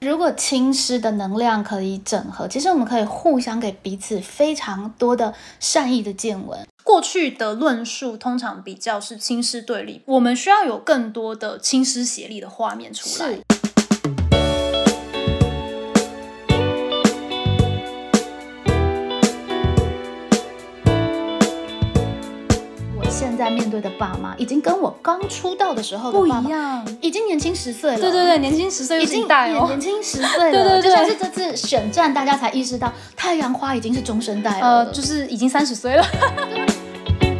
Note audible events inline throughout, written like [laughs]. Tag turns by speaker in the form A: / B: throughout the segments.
A: 如果亲师的能量可以整合，其实我们可以互相给彼此非常多的善意的见闻。
B: 过去的论述通常比较是亲师对立，我们需要有更多的亲师协力的画面出来
A: 是。我现在面对的爸妈，已经跟我刚出道的时候的
B: 不一
A: 爸妈，
B: 样，
A: 已经年轻十岁了。
B: 对对对，年轻十岁
A: 已
B: 又是
A: 经
B: 一代
A: 也
B: 哦
A: 年。轻十岁了，
B: [laughs] 对对对
A: 就算是这次选战，大家才意识到太阳花已经是中生代了。
B: 呃，就是已经三十岁了，
A: 你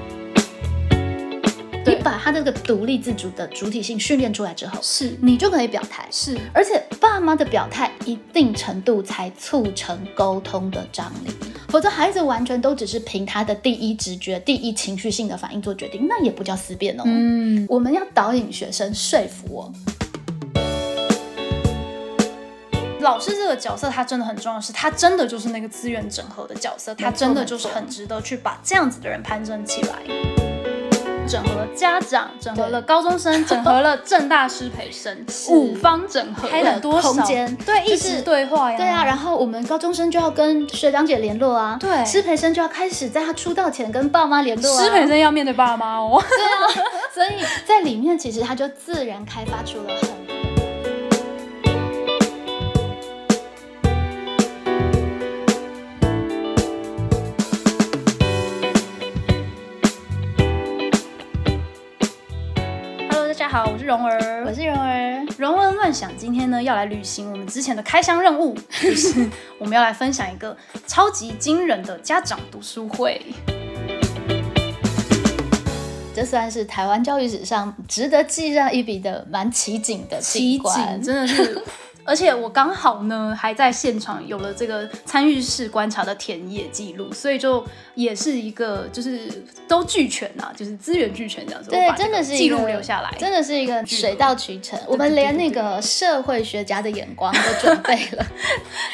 B: 对嗯
A: 把他这个独立自主的主体性训练出来之后，
B: 是
A: 你就可以表态。
B: 是，
A: 而且爸妈的表态一定程度才促成沟通的张力，否则孩子完全都只是凭他的第一直觉、第一情绪性的反应做决定，那也不叫思辨哦。
B: 嗯，
A: 我们要导引学生说服我，
B: 老师这个角色，他真的很重要，是他真的就是那个资源整合的角色，他真的就是很值得去把这样子的人攀升起来。整合了家长，整合了高中生，整 [laughs] 合了正大师培生，五方整合，
A: 开了多少
B: 空间？对，
A: 就是
B: 一直对话呀。
A: 对啊，然后我们高中生就要跟学长姐联络啊，
B: 对
A: 师培生就要开始在他出道前跟爸妈联络啊，
B: 师培生要面对爸妈哦。
A: 所以在里面其实他就自然开发出了很。
B: Hello，大家好，我是蓉儿，
A: 我是蓉儿，
B: 荣文乱想，今天呢要来履行我们之前的开箱
A: [laughs]
B: 任务，就是我们要来分享一个超级惊人的家长读书会。
A: 这算是台湾教育史上值得记上一笔的蛮奇景的
B: 奇
A: 景观
B: 景，真
A: [laughs]
B: 的是。而且我刚好呢，还在现场有了这个参与式观察的田野记录，所以就也是一个就是都俱全呐、就是资源俱全这样子。
A: 对
B: 我把这个
A: 真的是一
B: 记
A: 个
B: 录留下来。
A: 真的是一个水到渠成。我们连那个社会学家的眼光都准备了，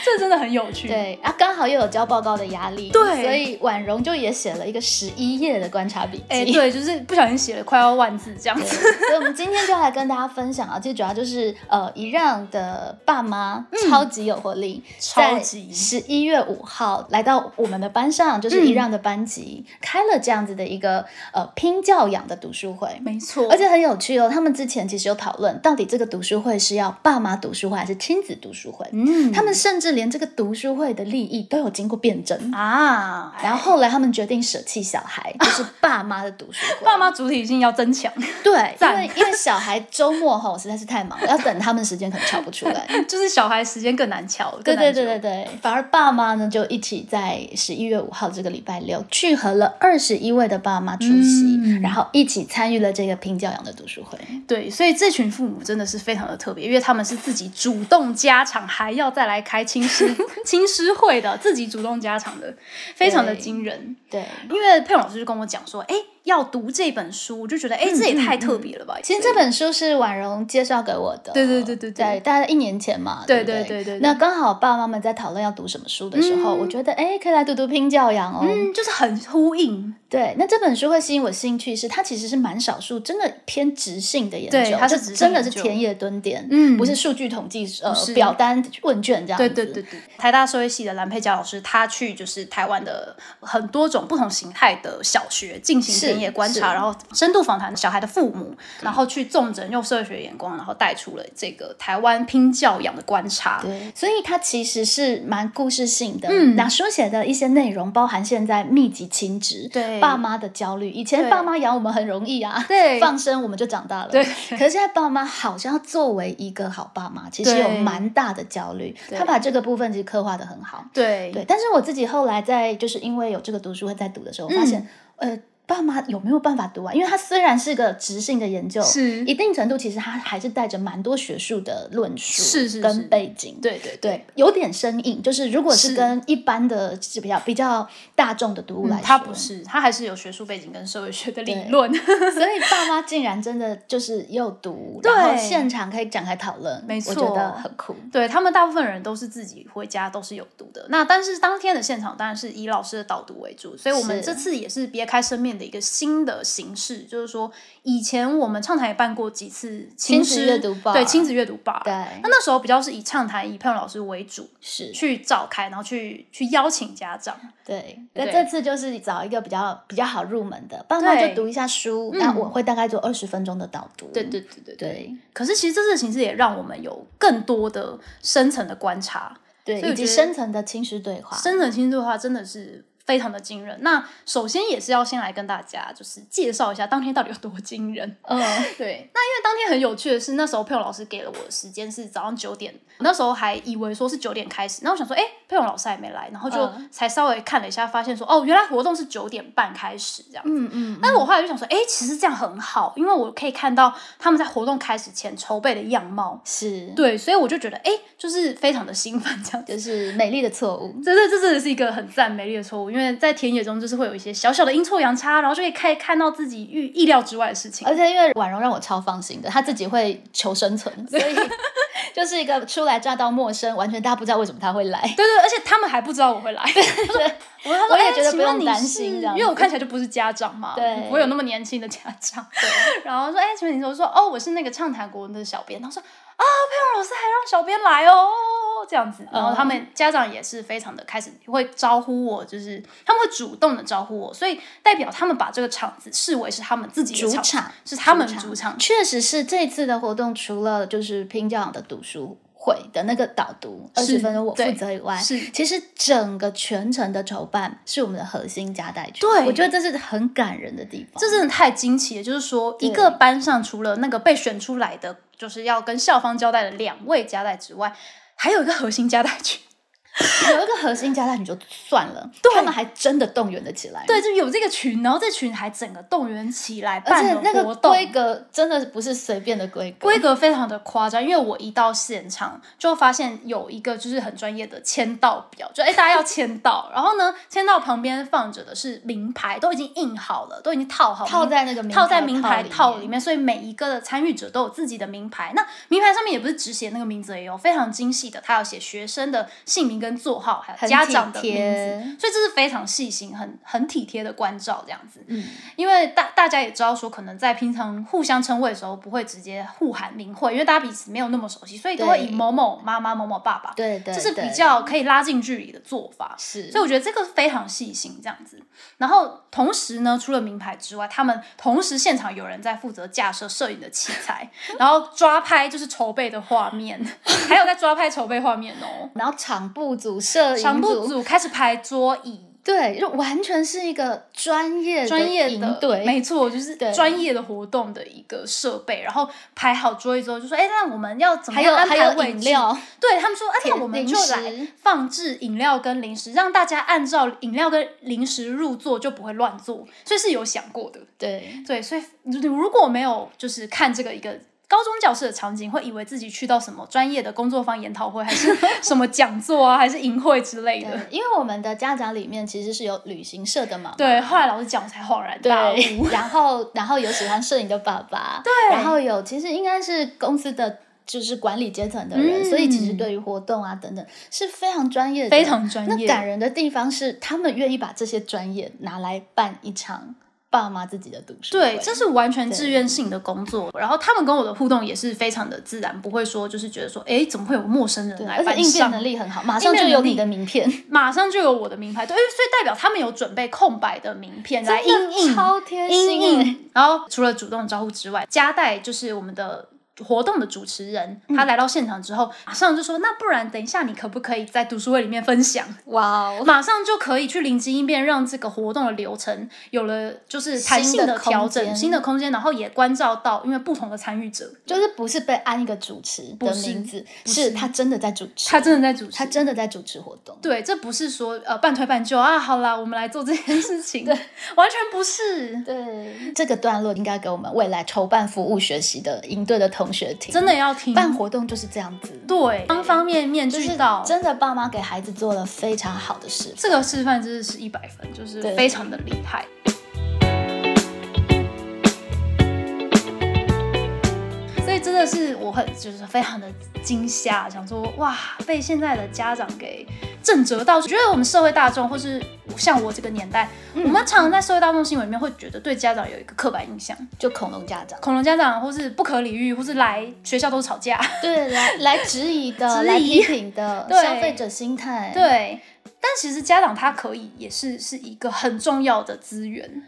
B: 这真的很有趣。
A: 对啊，刚好又有交报告的压力，
B: 对
A: 所以婉容就也写了一个十一页的观察笔记。
B: 哎，对，就是不小心写了快要万字这样
A: 对
B: 子。
A: 所以，我们今天就要来跟大家分享啊，最主要就是呃，一让的爸妈超级有活力，
B: 嗯超级嗯
A: 十一月五号来到我们的班上，就是一让的班级、开了这样子的一个呃拼教养的读书会。
B: 没错，
A: 而且很有趣哦，他们之前其实有讨论，到底这个读书会是要爸妈读书会还是亲子读书会？
B: 嗯，
A: 他们甚至连这个读书会的利益都有经过辩证。
B: 啊，
A: 然后后来他们决定舍弃小孩，就是爸妈的读书会。
B: 爸妈主体性要增强， [laughs]
A: 对，因
B: 赞
A: 为因为小孩周末吼实在是太忙了，要等他们时间可能瞧不出
B: [laughs]
A: 来。
B: 就是小孩时间更难瞧。
A: 对
B: 更
A: 对
B: 难
A: 对
B: 揪
A: 对对，反而爸妈呢就一起在十一月五号这个礼拜六聚合了二十一位的爸妈出席，
B: 嗯
A: 然后一起参与了这个拼教养的读书会。
B: 对，所以这群父母真的是非常的特别，因为他们是自己主动加场，还要再来开亲 [laughs] 师亲师会的，自己主动加场的，非常的
A: 对
B: 惊人。
A: 对，
B: 因为佩蓉老师就跟我讲说，哎，要读这本书，我就觉得，哎，这也太特别了吧。
A: 其实这本书是婉容介绍给我的，
B: 对对对对对
A: 对，大概一年前嘛，
B: 对
A: 对不
B: 对对对对
A: 那刚好爸爸妈妈在讨论要读什么书的时候，
B: 嗯
A: 我觉得哎，可以来读读拼教养哦。
B: 嗯，就是很呼应，
A: 对，那这本书会吸引我兴趣是，它其实是蛮少数真的偏直性的研究，
B: 对它是
A: 就
B: 直性
A: 真的是
B: 研究
A: 田野蹲点，
B: 嗯
A: 不是数据统计呃
B: 不是
A: 表单问卷这样
B: 对
A: 子。
B: 对对对。台大社会系的蓝佩佳老师，他去就是台湾的很多种不同形态的小学进行
A: 是
B: 田野观察，
A: 是
B: 然后深度访谈小孩的父母，然后去重整用社会学眼光，然后带出了这个台湾拼教养的观察。
A: 对所以它其实是蛮故事性的。
B: 嗯
A: 那书写的一些内容包含现在密集亲职，
B: 对
A: 爸妈的焦虑。以前
B: 对
A: 爸妈养我们很容易啊，
B: 对
A: 放生我们就长大了。
B: 对
A: 可是现在爸妈好像要作为一个好爸妈，其实
B: 对
A: 有蛮大的焦虑。
B: 对
A: 他把这个部分其实刻画的很好。
B: 对
A: 对，但是我自己后来在就是因为有这个读书会在读的时候，我发现、
B: 嗯
A: 呃，爸妈有没有办法读啊？因为它虽然是个直性的研究，
B: 是
A: 一定程度其实它还是带着蛮多学术的论述，
B: 是是是
A: 跟背景，
B: 对对对，
A: 对，有点生硬。就是如果是
B: 是
A: 跟一般的是比较比较大众的读物来
B: 嗯
A: 说，
B: 他不是，他还是有学术背景跟社会学的理论。 [laughs]
A: 所以爸妈竟然真的就是又
B: [laughs]
A: 读，
B: 对
A: 然后现场可以展开讨论，
B: 没
A: 我觉
B: 错
A: 得很酷。
B: 对他们大部分人都是自己回家都是有读的，那但是当天的现场当然是以老师的导读为主，所以我们
A: 是
B: 这次也是别开生面面的一个新的形式，就是说以前我们畅谈也办过几次
A: 亲子
B: 师
A: 阅读 bar
B: 对亲子阅读 bar，
A: 对，
B: 那那时候比较是以畅谈以佩蓉老师为主
A: 是
B: 去召开，然后去去邀请家长，
A: 对，那
B: 对
A: 这次就是找一个比较比较好入门的，爸妈就
B: 对
A: 读一下书，
B: 嗯
A: 那我会大概做二十分钟的导读。
B: 对对对对对。
A: 对
B: 可是其实这次形式也让我们有更多的深层的观察，
A: 对
B: 所以
A: 以
B: 我
A: 及
B: 觉得
A: 深层的亲师对话。
B: 深层亲子对话真的是非常的惊人。那首先也是要先来跟大家就是介绍一下当天到底有多惊人。 [laughs]
A: 嗯，
B: 哦对，那因为当天很有趣的是，那时候佩蓉老师给了我的时间是早上九点，那时候还以为说是九点开始，那我想说，哎、佩蓉老师还没来，然后就
A: 嗯
B: 才稍微看了一下，发现说，哦，原来活动是九点半开始这样子。
A: 嗯嗯，
B: 但是我后来就想说，哎、其实这样很好，因为我可以看到他们在活动开始前筹备的样貌。
A: 是，
B: 对，所以我就觉得，哎、就是非常的兴奋这样子。
A: 就是美丽的错误。
B: 真的，这真的是一个很赞美丽的错误，因为在田野中就是会有一些小小的阴错阳差，然后就可以看看到自己预意料之外的事情
A: 而。且因为婉容让我超放心的，她自己会求生存，所以 [laughs] 就是一个初来乍到陌生，完全大家不知道为什么她会来。
B: 对对，而且他们还不知道我会来，
A: 对，
B: [laughs] 我他说
A: 我也
B: 哎
A: 觉得
B: 请
A: 不
B: 问
A: 用
B: 你
A: 担
B: 是
A: 心这样
B: 因为我
A: 子
B: 看起来就不是家长嘛，
A: 对
B: 不会有那么年轻的家长。 [laughs] 然后说，哎，请问你说，我说哦，我是那个畅谈国文的小编。他说啊，佩蓉老师还让小编来哦，这样子。然后他们家长也是非常的开始会招呼我，就是他们会主动的招呼我，所以代表他们把这个场子视为是他们自己的
A: 主
B: 场
A: 场
B: 是他们
A: 主场
B: 主场。
A: 确实是这次的活动，除了就是拼教养的读书会的那个导读二十
B: 是
A: 分钟我负
B: 对
A: 责以外，
B: 是
A: 其实整个全程的筹办是我们的核心加带群，
B: 对
A: 我觉得这是很感人的地方。
B: 这真的太惊奇了。就是说，
A: 对
B: 一个班上除了那个被选出来的，就是要跟校方交代的两位加代之外，还有一个核心加代群。
A: 有一个核心加带群就算了，他们还真的动员了起来。
B: 对，就有这个群，然后这群还整个动员起来
A: 而且
B: 办
A: 那
B: 了
A: 个
B: 活动。
A: 规格真的不是随便的规格，
B: 规格非常的夸张，因为我一到现场就发现有一个就是很专业的签到表，就哎、大家要签到，然后呢签到旁边放着的是名牌，都已经印好了，都已经套好，
A: 套在那个名
B: 套在
A: 牌
B: 名
A: 套
B: 牌
A: 里
B: 套
A: 面
B: 里面，所以每一个的参与者都有自己的名牌。那名牌上面也不是只写那个名字而已哦，也有非常精细的，它有写学生的姓名跟座号，还有
A: 很
B: 家
A: 体
B: 长的名
A: 贴
B: 字，所以这是非常细心、很很体贴的关照这样子。
A: 嗯，
B: 因为大大家也知道说，可能在平常互相称谓的时候，不会直接互喊名讳，因为大家彼此没有那么熟悉，所以都会以
A: 对
B: 某某妈妈、某某爸爸，
A: 对对，
B: 这是比
A: 对
B: 较可以拉近距离的做法。
A: 是，
B: 所以我觉得这个非常细心这样子。然后同时呢，除了名牌之外，他们同时现场有人在负责架设摄影的器 [laughs] 材，然后抓拍就是筹备的画面，还有在抓拍筹备画面 [laughs] 哦。
A: 然后场部组、摄
B: 场
A: 影
B: 部
A: 组，
B: 组开始排桌椅，
A: 对，就完全是一个专业的
B: 专业
A: 营
B: 的，
A: 队，
B: 没错，就是
A: 对
B: 专业的活动的一个设备，然后排好桌椅之后，就说，哎，那我们要怎么
A: 还有
B: 样安
A: 还
B: 排
A: 有
B: 位
A: 饮
B: 置？
A: 料，
B: 对他们说，啊， [laughs] 那
A: 甜
B: 我们
A: 零
B: 就
A: 食
B: 来放置饮料跟零食，让大家按照饮料跟零食入座，就不会乱坐，所以是有想过的。
A: 对，
B: 对，所以你如果没有就是看这个一个。高中教室的场景会以为自己去到什么专业的工作坊研讨会，还
A: [laughs]
B: 是什么讲座啊，还是营会之类的。
A: 对，呃因为我们的家长里面其实是有旅行社的嘛，
B: 对，后来老师讲，我才恍然大悟。
A: 对，然后然后有喜欢摄影的爸爸，对然后有其实应该是公司的。就是管理阶层的人，所以其实
B: 嗯
A: 对于活动啊等等是非常专业的，
B: 非常专
A: 那
B: 业
A: 感人的地方是，他们愿意把这些专业拿来办一场爸妈自己的读书
B: 对
A: 会，
B: 这是完全自愿性的工作。然后他们跟我的互动也是非常的自然，不会说就是觉得说，哎，怎么会有陌生人
A: 对，
B: 来
A: 而
B: 班
A: 且应变
B: 上？
A: 能力很好，马上
B: 应
A: 就
B: 变
A: 有
B: 能力
A: 你的名片，
B: 马上就有我的名牌，对，因为所以代表他们有准备空白的名片来
A: 真
B: 印
A: 的
B: 印
A: 超贴
B: 阴
A: 心欸，
B: 影。然后除了主动招呼之外，加代就是我们的。活动的主持人，
A: 嗯
B: 他来到现场之后，马上就说：“那不然等一下，你可不可以在读书会里面分享？”
A: 哇哦，
B: 马上就可以去灵机应变，让这个活动的流程有了就是弹性的调整，
A: 新的空间
B: 新的空间，然后也关照到因为不同的参与者，
A: 就是不是被安一个主持的
B: 不是
A: 名字，
B: 不
A: 是
B: 是
A: 他真的在主持，
B: 他真的在主持，
A: 他真的在主持活动。
B: 对，这不是说呃半推半就啊，好啦，我们来做这件
A: [laughs]
B: 事情，对，完全不是，
A: 对，这个段落应该给我们未来筹办服务学习的营队的同学听。
B: 真的要听，
A: 办活动就是这样子，
B: 对，方方面面
A: 就
B: 俱
A: 是
B: 到，
A: 真的爸妈给孩子做了非常好的事。
B: 这个示范真的是一百分，就是
A: 对
B: 非常的厉害。所以真的是我很就是非常的惊吓，想说哇，被现在的家长给震折到，觉得我们社会大众或是像我这个年代，我们常常在社会大众新闻里面会觉得对家长有一个刻板印象，
A: 就恐龙家长，
B: 恐龙家长或是不可理喻，或是来学校都是吵架，
A: 对，来 [laughs] 来质疑的，
B: 质疑
A: 来批评的，
B: [laughs] 对
A: 消费者心态，，
B: 对。但其实家长他可以也是是一个很重要的资源，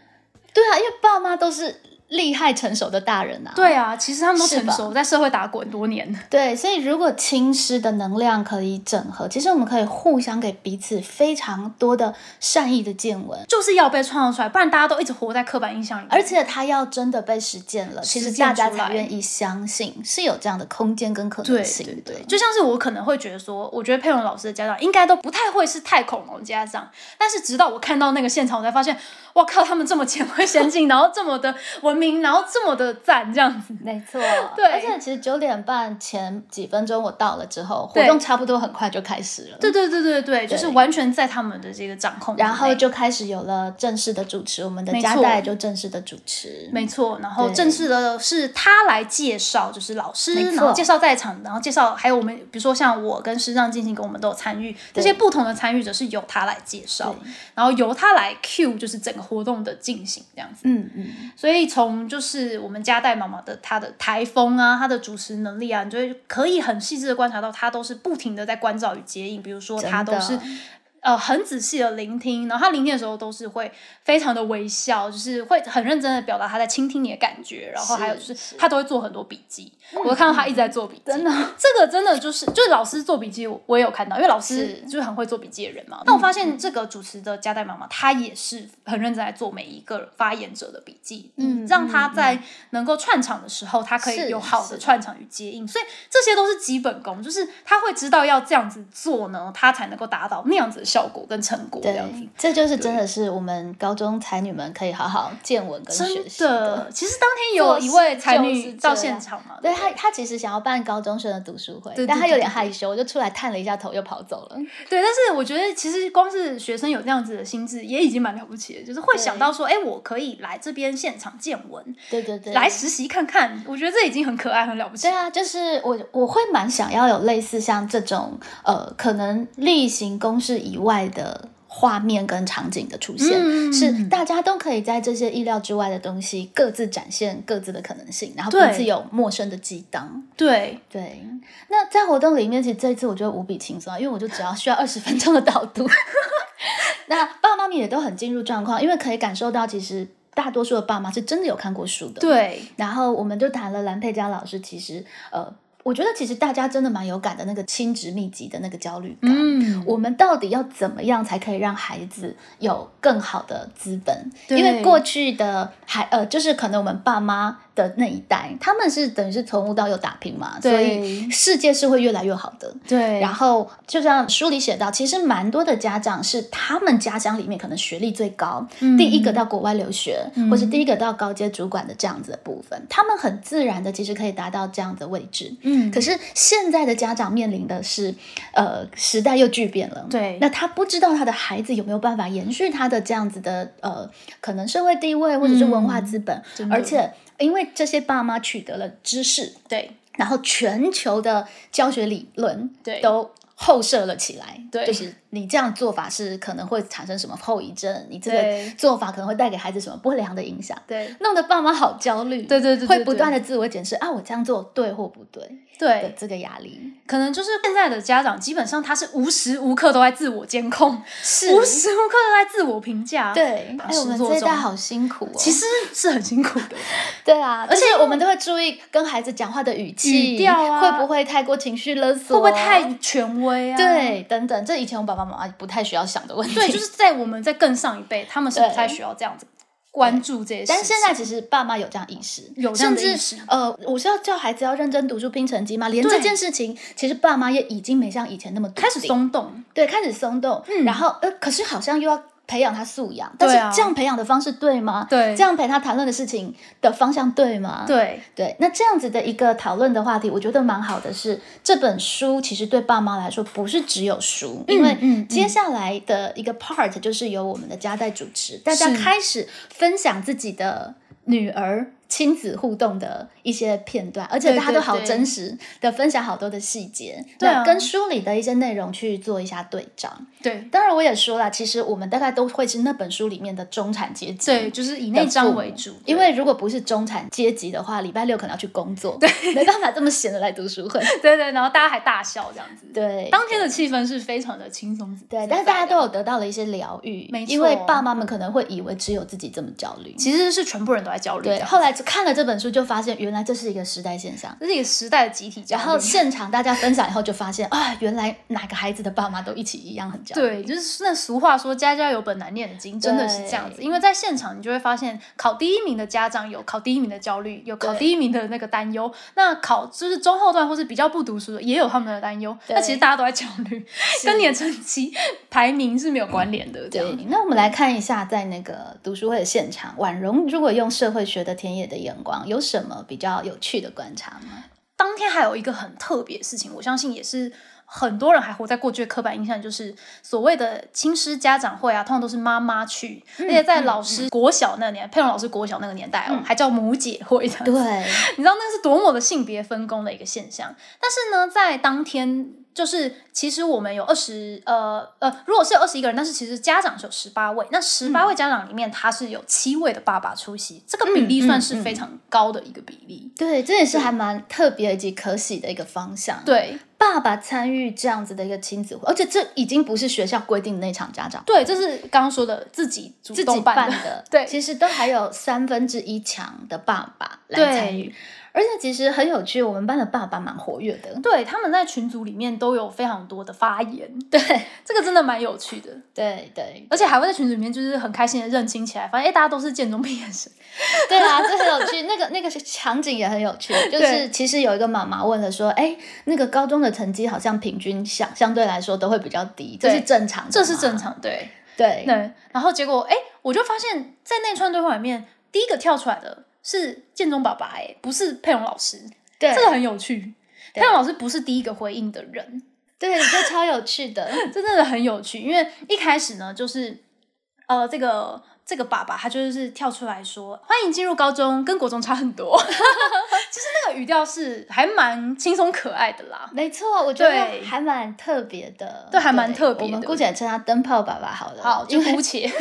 A: 对啊，因为爸妈都是厉害成熟的大人啊，
B: 对啊，其实他们都
A: 是
B: 成
A: 吧
B: 熟，在社会打滚多年， [laughs]
A: 对，所以如果亲师的能量可以整合，其实我们可以互相给彼此非常多的善意的见闻，
B: 就是要被创造出来，不然大家都一直活在刻板印象里面。
A: 而且它要真的被实践了，其
B: 实
A: 实
B: 践
A: 大家
B: 出来
A: 才愿意相信是有这样的空间跟可
B: 对
A: 能性的。
B: 对对，就像是我可能会觉得说，我觉得佩蓉老师的家长应该都不太会是太恐龙家长，但是直到我看到那个现场，我才发现，哇靠，他们这么前卫先进，然后这么的文明，然后这么的赞，这样子。
A: 没错，
B: [laughs] 对
A: 而且其实九点半前几分钟我到了之后，活
B: 对
A: 动差不多很快就开始了。
B: 对对对对对，就是完全在他们的这个掌控之内。
A: 然后就开始有了正式的主持，我们的
B: 没
A: 加
B: 错
A: 代就正式的主持。
B: 没错，然后
A: 对
B: 正式的是他来介绍，就是老
A: 没
B: 师，
A: 错
B: 然后介绍在场，然后介绍还有我们，比如说像我跟师丈进行跟我们都有参与，这些不同的参与者是由他来介绍，然后由他来 cue 就是整个活动的进行这样子。
A: 嗯嗯，
B: 所以从就是我们家带妈妈的她的台风啊，她的主持能力啊，你就会可以很细致的观察到，她都是不停的在关照与接应。比如说，
A: 真
B: 她都
A: 的
B: 是呃很仔细的聆听，然后她聆听的时候都是会非常的微笑，就是会很认真的表达她在倾听你的感觉。然后还有就是是她都会做很多笔记，我看到她一直在做笔记，
A: 嗯真的
B: 这个真的就是就是老师做笔记，我我也有看到，因为老师
A: 是嗯
B: 就是很会做笔记的人嘛。但我发现这个主持的加代妈妈，她也是很认真在做每一个发言者的笔记，
A: 嗯
B: 让她在能够串场的时候，她可以
A: 是
B: 有好的
A: 是
B: 串场与接应。所以这些都是基本功，就是她会知道要这样子做呢，她才能够达到那样子的效果跟成果这样子
A: 对。，这就是真的是我们高中才女们可以好好见闻跟
B: 真
A: 学习
B: 的，其实当天有一位才
A: 做事就
B: 女
A: 是这
B: 到
A: 样
B: 现场嘛，
A: 对他，他其实想要办高中生的读书会，
B: 对对
A: 但他
B: 对
A: 有
B: 对
A: 点
B: 对
A: 害羞，我就出来探了一下头，又跑走了。
B: 对，但是我觉得其实光是学生有这样子的心智，也已经蛮了不起的，就是会想到说，哎，我可以来这边现场见闻，
A: 对对对，
B: 来实习看看，我觉得这已经很可爱、很了不起
A: 对。啊，就是我我会蛮想要有类似像这种呃，可能例行公事以外的画面跟场景的出现，
B: 嗯
A: 是大家都可以在这些意料之外的东西各自展现各自的可能性，然后
B: 对
A: 彼此有陌生的激荡。
B: 对，
A: 对，那在活动里面，其实这一次我觉得无比轻松啊，因为我就只要需要二十分钟的导读。 [laughs] 那爸妈们也都很进入状况，因为可以感受到，其实大多数的爸妈是真的有看过书的。。
B: 对，
A: 然后我们就谈了蓝佩佳老师，其实呃，我觉得其实大家真的蛮有感的那个亲职密集的那个焦虑感。
B: 嗯，
A: 我们到底要怎么样才可以让孩子有更好的资本？
B: 对
A: 因为过去的孩呃，就是可能我们爸妈的那一代，他们是等于是从无到有打拼嘛，所
B: 对
A: 以世界是会越来越好的。
B: 对，
A: 然后就像书里写到，其实蛮多的家长是他们家乡里面可能学历最高，
B: 嗯
A: 第一个到国外留学，或是第一个到高阶主管的这样子的部分，他们很自然的其实可以达到这样的位置。
B: 嗯，
A: 可是现在的家长面临的是，呃，时代又巨变了。
B: 对
A: 那他不知道他的孩子有没有办法延续他的这样子的呃，可能社会地位或者是文化资本，
B: 嗯真的
A: 而且因为这些爸妈取得了知识，
B: 对，
A: 然后全球的教学理论
B: 对
A: 都后设了起来，
B: 对
A: 就是你这样做法是可能会产生什么后遗症，你这
B: 对
A: 个做法可能会带给孩子什么不良的影响，
B: 对，
A: 弄得爸妈好焦虑，
B: 对对对对
A: 会
B: 对
A: 不断的自我检视啊，我这样做对或不对的
B: 对，
A: 这个压力，
B: 可能就是现在的家长基本上他是无时无刻都在自我监控，
A: 是
B: 无时无刻都在自我评价，，
A: 对，哎，我们
B: 作
A: 这一代
B: 中
A: 好辛苦哦，
B: 其实是很辛苦的。
A: 对啊，而且我们都会注意跟孩子讲话的语气、
B: 语调啊
A: 会不会太过情绪勒
B: 会
A: 索，
B: [laughs] 不会太权威啊？。
A: 对等等，这以前我爸爸妈妈不太需要想的问题，
B: 对，就是在我们在更上一辈，他们是
A: 对
B: 不太需要这样子关注这些事情。
A: 但现在其实爸妈有这样意识，
B: 有这样的意识
A: 甚至呃，我是要叫孩子要认真读书拼成绩吗？连
B: 对
A: 这件事情，其实爸妈也已经没像以前那么笃定
B: 开始，松动，嗯
A: 对，开始松动。然后呃，可是好像又要培养他素养，但
B: 对
A: 是
B: 啊
A: 这样培养的方式对吗？
B: 对
A: 这样陪他谈论的事情的方向对吗？。
B: 对
A: 对，那这样子的一个讨论的话题，我觉得蛮好的是。这本书其实对爸妈来说不是只有书，因
B: 嗯
A: 为
B: 嗯
A: 接下来的一个 part 就是由我们的家代主持，大家
B: 是
A: 开始分享自己的女儿亲子互动的一些片段，而且大家都好
B: 对对
A: 真实的分享好多的细节，
B: 对啊
A: 那跟书里的一些内容去做一下对照。
B: 对
A: 当然，我也说了，其实我们大概都会是那本书里面的中产阶级。
B: 对，就是以那章为
A: 的
B: 主，
A: 因为如果不是中产阶级的话，礼拜六可能要去工作，对，没办法这么闲的来读书
B: [laughs]
A: 会。
B: 对对对，然后大家还大笑这样子。
A: 对，
B: 当天的气氛是非常的轻松自
A: 对，
B: 自
A: 但是
B: 在
A: 大家
B: 的
A: 都有得到了一些疗愈，
B: 没
A: 因为
B: 错嗯
A: 爸妈们可能会以为只有自己这么焦虑。
B: 其实是全部人都在焦虑这样
A: 对，
B: 子。
A: 后来就看了这本书，就发现原来这是一个时代现象。
B: 这是一个时代的集体焦
A: 然
B: 虑，
A: 后现场大家分享以后，就发现啊，原来哪个孩子的爸妈都一起一样很焦虑。
B: 对，就是那俗话说“家家有本难念的经”，真的是这样子。
A: 对
B: 因为在现场，你就会发现，考第一名的家长有考第一名的焦虑，有考
A: 对
B: 第一名的那个担忧；那考就是中后段或是比较不读书的，也有他们的担忧。那
A: 对
B: 其实大家都在焦虑，跟你的成绩排名是没有关联的。这样
A: 对，那我们来看一下，在那个读书会的现场，婉容如果用社会学的田野的眼光，有什么比较有趣的观察吗？
B: 当天还有一个很特别的事情，我相信也是很多人还活在过去的刻板印象，就是所谓的亲师家长会啊，通常都是妈妈去，
A: 嗯
B: 而且在老师国小那个年代，佩蓉老师国小那个年代哦，还叫母姐会的。
A: 对，
B: 你知道那是多么的性别分工的一个现象。但是呢，在当天，就是其实我们有二十呃呃，如果是有二十一个人，但是其实家长是有十八位，那十八位家长里面，他是有七位的爸爸出席，这个比例算是非常高的一个比例。
A: 对，这也是还蛮特别以及可喜的一个方向。，
B: 对
A: 爸爸参与这样子的一个亲子会，而且这已经不是学校规定的那场家长会
B: 对，这是刚刚说的自己主
A: 自己
B: 动办
A: 办
B: 的。
A: 的，
B: [laughs] 对
A: 其实都还有三分之一强的爸爸来参与
B: 对，
A: 而且其实很有趣，我们班的爸爸蛮活跃的，
B: 对，他们在群组里面都有非常多的发言，对，这个真的蛮有趣的，
A: 对对
B: 而且还会在群组里面就是很开心的认清起来，发现哎，大家都是建中毕业生，
A: 对啊，这很有趣，那个那个场景也很有
B: [laughs]
A: 趣，就是
B: 对
A: 其实有一个妈妈问了说，哎，那个高中的成绩好像平均相相对来说都会比较低，这
B: 对
A: 是正常的吗，
B: 这是正常，对。
A: 对，
B: 对，然后结果哎，我就发现，在那串对话里面，第一个跳出来的是建中爸爸，哎，不是佩蓉老师，
A: 对
B: 这个很有趣。
A: 对
B: 佩蓉老师不是第一个回应的人，
A: 对，这超有趣的，
B: 这真的很有趣，因为一开始呢，就是呃，这个这个爸爸他就是跳出来说：“欢迎进入高中，跟国中差很多。” [laughs] 其实那个语调是还蛮轻松可爱的啦。
A: 没错，我觉得
B: 对
A: 还蛮特别的，
B: 对还蛮特别
A: 我们
B: 的
A: 姑且称他灯泡爸爸好了，
B: 好，
A: 因
B: 就
A: 为
B: 姑且。
A: [laughs]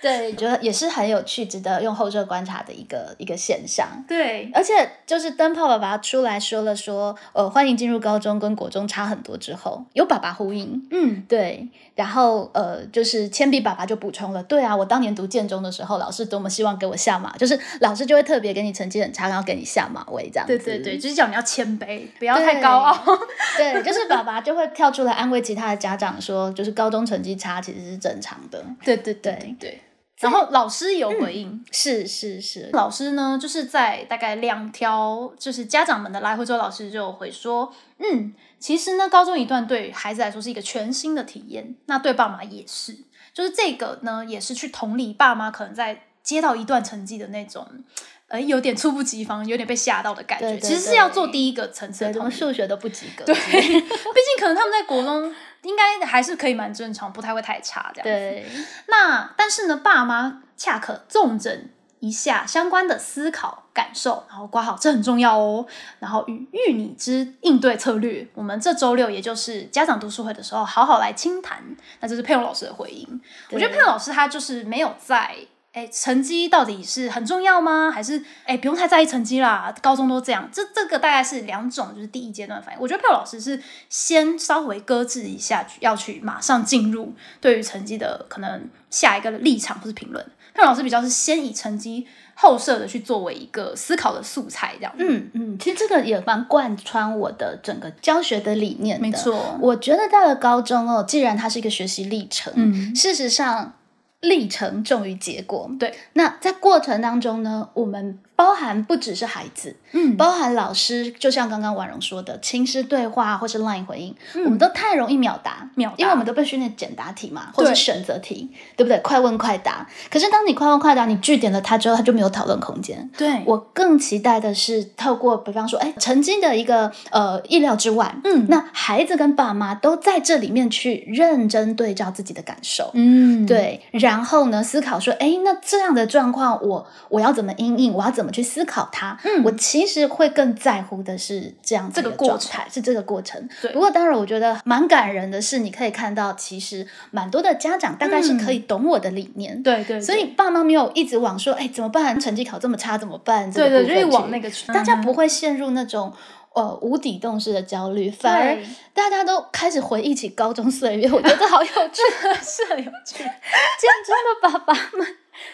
A: 对，觉得也是很有趣，值得用后设观察的一个一个现象。
B: 对，
A: 而且就是灯泡爸爸出来说了说，呃，欢迎进入高中，跟国中差很多之后，有爸爸呼应，
B: 嗯，
A: 对，然后呃，就是铅笔爸爸就补充了，对啊，我当年读建中的时候，老师多么希望给我下马，就是老师就会特别给你成绩很差，然后给你下马威这样子，
B: 对对对，就是叫你要谦卑，不要太高傲。
A: 嗯对，就是爸爸就会跳出来安慰其他的家长说，就是高中成绩差其实是正常的，
B: 对对对对。然后老师也有
A: 嗯
B: 回应，
A: 是是是，
B: 老师呢就是在大概两条就是家长们的来回之后，老师就有回说，嗯，其实呢，高中一段对孩子来说是一个全新的体验，那对爸妈也是，就是这个呢也是去同理爸妈可能在接到一段成绩的那种，呃，有点猝不及防，有点被吓到的感觉，
A: 对对
B: 其实是要做第一个层次
A: 对，
B: 的
A: 怎
B: 同
A: 么
B: 理。
A: 数学都不及格，
B: 对，毕竟可能他们在国中应该还是可以蛮正常，不太会太差这样子。
A: 对，
B: 那但是呢，爸妈恰可重整一下相关的思考感受，然后挂好，这很重要哦。然后与育你之应对策略，我们这周六也就是家长读书会的时候，好好来清谈。那这是佩蓉老师的回应。我觉得佩蓉老师她就是没有在。哎，成绩到底是很重要吗？还是哎，不用太在意成绩啦，高中都这样。这这个大概是两种，就是第一阶段的反应。我觉得佩蓉老师是先稍微搁置一下，要去马上进入对于成绩的可能下一个的立场或是评论。佩蓉老师比较是先以成绩后设的去作为一个思考的素材，这样。
A: 嗯嗯，其实这个也蛮贯穿我的整个教学的理念的。
B: 没，错，
A: 我觉得到了高中哦，既然它是一个学习历程，
B: 嗯，
A: 事实上历程重于结果。
B: 对，
A: 那在过程当中呢，我们包含不只是孩子，
B: 嗯，
A: 包含老师，就像刚刚婉容说的，亲师对话啊或是 LINE 回应，我们都太容易秒答，
B: 嗯秒答
A: 因为我们都被训练简答题嘛，或是
B: 对
A: 选择题，对不对？快问快答。可是当你快问快答，你据点了它之后，它就没有讨论空间。
B: 对，
A: 我更期待的是透过，比方说，哎，曾经的一个呃意料之外，
B: 嗯
A: 那孩子跟爸妈都在这里面去认真对照自己的感受。
B: 嗯，
A: 对，然后呢，思考说，哎，那这样的状况我，我要怎么应应，我要怎怎么去思考它。
B: 嗯
A: 我其实会更在乎的是这样子
B: 这个
A: 的
B: 过
A: 状
B: 程
A: 态，是这个过程。
B: 对
A: 不过当然，我觉得蛮感人的是，你可以看到，其实蛮多的家长大概是可以懂我的理念。
B: 嗯对对，
A: 所以爸妈没有一直往说，哎，怎么办？成绩考这么差怎么办？这
B: 对
A: 个
B: 对，
A: 部分
B: 就是往
A: 去
B: 那个去，
A: 大家
B: 嗯
A: 不会陷入那种呃无底洞式的焦虑，反而
B: 对
A: 大家都开始回忆起高中岁月，我觉得好有趣。
B: 是啊很有
A: [laughs]
B: 趣。
A: 天真的爸爸们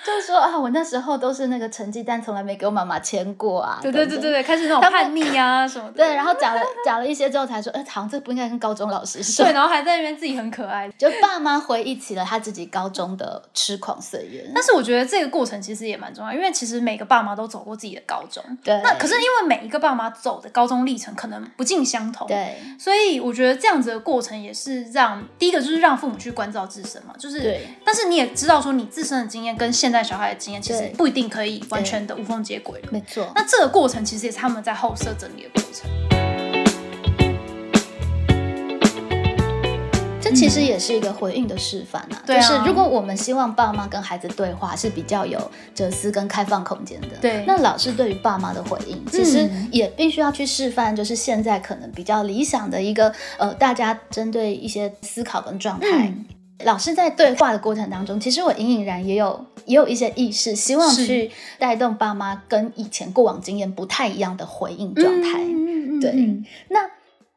A: 就说啊，我那时候都是那个成绩单，从来没给我妈妈签过啊。
B: 对对
A: 等
B: 对
A: 等
B: 对。对，开始那种
A: 他们
B: 叛逆啊什么的。
A: 对，然后讲了讲了一些之后，才说，哎、好像这不应该跟高中老师说 [laughs]
B: 对，。然后还在那边自己很可爱。
A: 就爸妈回忆起了他自己高中的痴狂岁月。
B: 但是我觉得这个过程其实也蛮重要，因为其实每个爸妈都走过自己的高中。
A: 对，
B: 那可是因为每一个爸妈走的高中历程可能不尽相同，
A: 对
B: 所以我觉得这样子的过程也是让第一个就是让父母去关照自身嘛，就是，
A: 对
B: 但是你也知道说你自身的经验跟现在小孩的经验其实
A: 对
B: 不一定可以完全的无缝接轨了。
A: 没错。
B: 那这个过程其实也是他们在后设整理的过程。
A: 这其实也是一个回应的示范啊，
B: 对啊
A: 就是如果我们希望爸妈跟孩子对话是比较有哲思跟开放空间的，
B: 对嗯
A: 那老师对于爸妈的回应，其实也必须要去示范，就是现在可能比较理想的一个呃，大家针对一些思考跟状态。
B: 嗯
A: 老师在对话的过程当中，其实我隐隐然也有也有一些意识，希望
B: 是
A: 去带动爸妈跟以前过往经验不太一样的回应状态。
B: 嗯
A: 对
B: 嗯
A: 那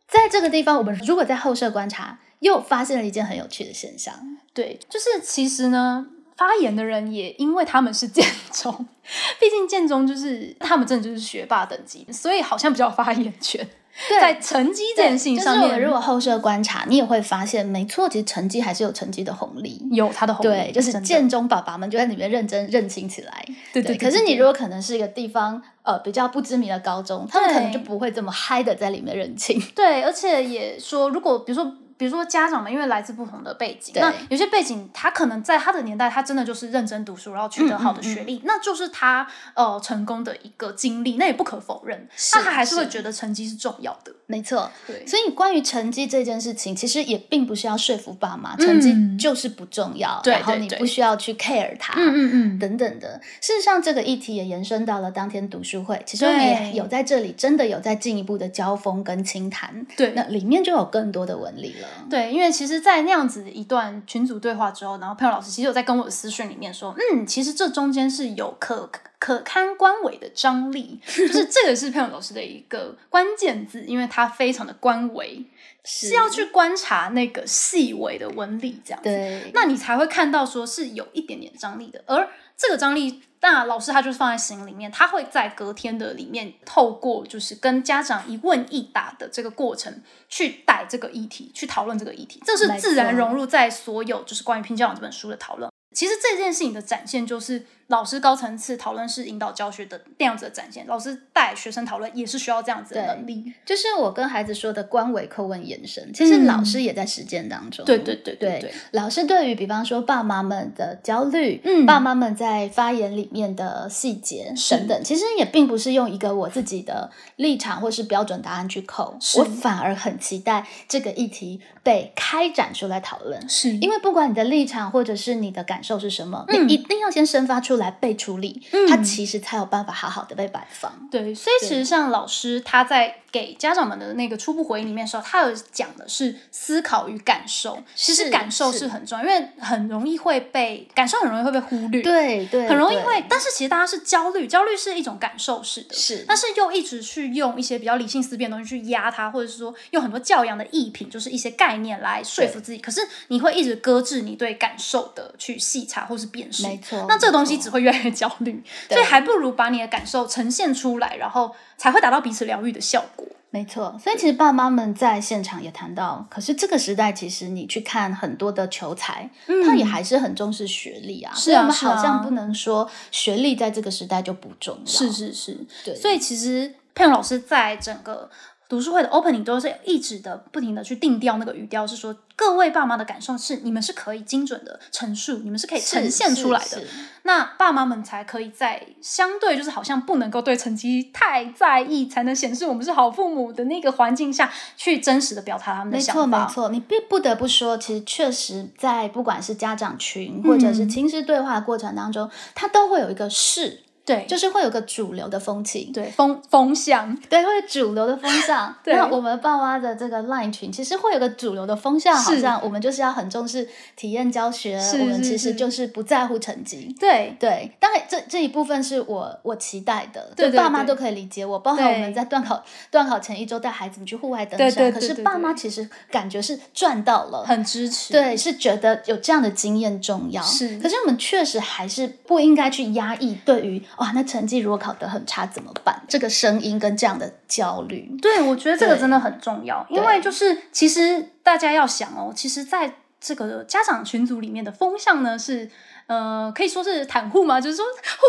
A: 在这个地方，我们如果在后设观察，又发现了一件很有趣的现象。
B: 对，就是其实呢，发言的人也因为他们是建中， [laughs] 毕竟建中就是他们真的就是学霸等级，所以好像比较有发言权，
A: [laughs] 对
B: 在成绩这件事情上
A: 就是我
B: 面，
A: 们如果后设观察，你也会发现，没错，其实成绩还是有成绩的红利。
B: 有他嗯的红利，
A: 对，就是
B: 真的
A: 建中爸爸们就在里面认真认清起来。
B: 对对。
A: 可是
B: 对
A: 你如果可能是一个地方呃比较不知名的高中，他们可能
B: 对
A: 就不会这么嗨的在里面认清。
B: 对，而且也说，如果比如说。比如说家长们，因为来自不同的背景，
A: 对
B: 那有些背景他可能在他的年代，他真的就是认真读书，然后取得好
A: 嗯
B: 的学历，那就是他呃成功的一个经历，那也不可否认。
A: 是
B: 那他还是会
A: 是
B: 觉得成绩是重要的。
A: 没错，
B: 对
A: 所以关于成绩这件事情，其实也并不是要说服爸妈，成绩
B: 嗯
A: 就是不重要，
B: 对
A: 然后
B: 对
A: 你
B: 对
A: 不需要去 care 它。
B: 嗯
A: 等等的。事实上，这个议题也延伸到了当天读书会，其实我们
B: 对
A: 也有在这里真的有在进一步的交锋跟清谈，
B: 对
A: 那里面就有更多的纹理了。
B: 对，因为其实，在那样子一段群组对话之后，然后佩蓉老师其实有在跟我的私讯里面说，嗯，其实这中间是有可可堪官委的张力，就是这个是佩蓉老师的一个关键字，因为它非常的官委，
A: 是
B: 是要去观察那个细微的纹理这样子，
A: 对，
B: 那你才会看到说是有一点点张力的，而这个张力。那老师他就是放在心里面，他会在隔天的里面，透过就是跟家长一问一答的这个过程，去带这个议题，去讨论这个议题，这是
A: 没错
B: 自然融入在所有就是关于《拼教养》这本书的讨论。其实这件事情的展现，就是老师高层次讨论是引导教学的那样子的展现，老师带学生讨论也是需要这样子的
A: 对
B: 能力。
A: 就是我跟孩子说的官委叩问延伸，其实
B: 嗯
A: 老师也在实践当中。
B: 对对对
A: 对
B: 对对，
A: 老师对于比方说爸妈们的焦虑，
B: 嗯
A: 爸妈们在发言里面的细节
B: 是
A: 等等，其实也并不是用一个我自己的立场或是标准答案去扣，
B: 是
A: 我反而很期待这个议题被开展出来讨论。
B: 是
A: 因为不管你的立场或者是你的感受是什么，你一定要先生发出来被处理，它其实才有办法好好的被摆放。
B: 对，所以
A: 对
B: 其实像老师他在给家长们的那个初步回应里面的时候，他有讲的是思考与感受。其实
A: 是
B: 感受
A: 是
B: 是很重要，因为很容易会被感受很容易会被忽略，，
A: 对对，
B: 很容易
A: 对
B: 会。但是其实大家是焦虑，焦虑是一种感受式的。
A: 是
B: 但是又一直去用一些比较理性思辨的东西去压它，或者是说用很多教养的艺品，就是一些概念来说服自己。可是你会一直搁置你对感受的去细查或是辨识，
A: 没错
B: 那这个东
A: 没
B: 西
A: 错
B: 只会越来越焦虑，
A: 对
B: 所以还不如把你的感受呈现出来，然后才会达到彼此疗愈的效果。
A: 没错，所以其实爸妈们在现场也谈到，可是这个时代其实你去看很多的求才，他也还是很重视学历啊。
B: 嗯是
A: 所
B: 啊
A: 以我们
B: 是啊
A: 好像不能说学历在这个时代就不重要。
B: 是，是是，
A: 对，
B: 所以其实佩蓉老师在整个读书会的 opening 都是一直的不停的去定调那个语调，是说各位爸妈的感受是你们是可以精准的陈述，你们是可以
A: 是
B: 呈现出来的。
A: 是是
B: 那爸妈们才可以在相对就是好像不能够对成绩太在意，才能显示我们是好父母的那个环境下去真实的表达他们的
A: 没
B: 想
A: 错，
B: 法。
A: 没错，你必不得不说，其实确实在不管是家长群或者是
B: 嗯
A: 亲师对话的过程当中，他都会有一个是。
B: 对，
A: 就是会有个主流的风气，
B: 对风风向，
A: 对，会有主流的风向。
B: [laughs] 对
A: 那我们爸妈的这个 LINE 群，其实会有个主流的风向，好
B: 是
A: 像我们就是要很重视体验教学，
B: 是
A: 我们
B: 是
A: 其
B: 是
A: 实就是不在乎成绩。
B: 对
A: 对，当然这这一部分是我我期待的，
B: 对
A: 就
B: 对
A: 爸妈
B: 对
A: 都可以理解我，包含我
B: 对
A: 们在段考段考前一周带孩子们去户外登
B: 对
A: 山，
B: 对对
A: 可
B: 对
A: 是爸妈
B: 对
A: 其实感觉是赚到了，
B: 很支持，
A: 对，是觉得有这样的经验重要。
B: 是
A: 可是我们确实还是不应该去压抑对于哇，那成绩如果考得很差怎么办？这个声音跟这样的焦虑，
B: 对，我觉得这个
A: 对
B: 真的很重要，因
A: 对
B: 为就是其实大家要想哦，其实在这个家长群组里面的风向呢是。呃，可以说是袒护吗？就是说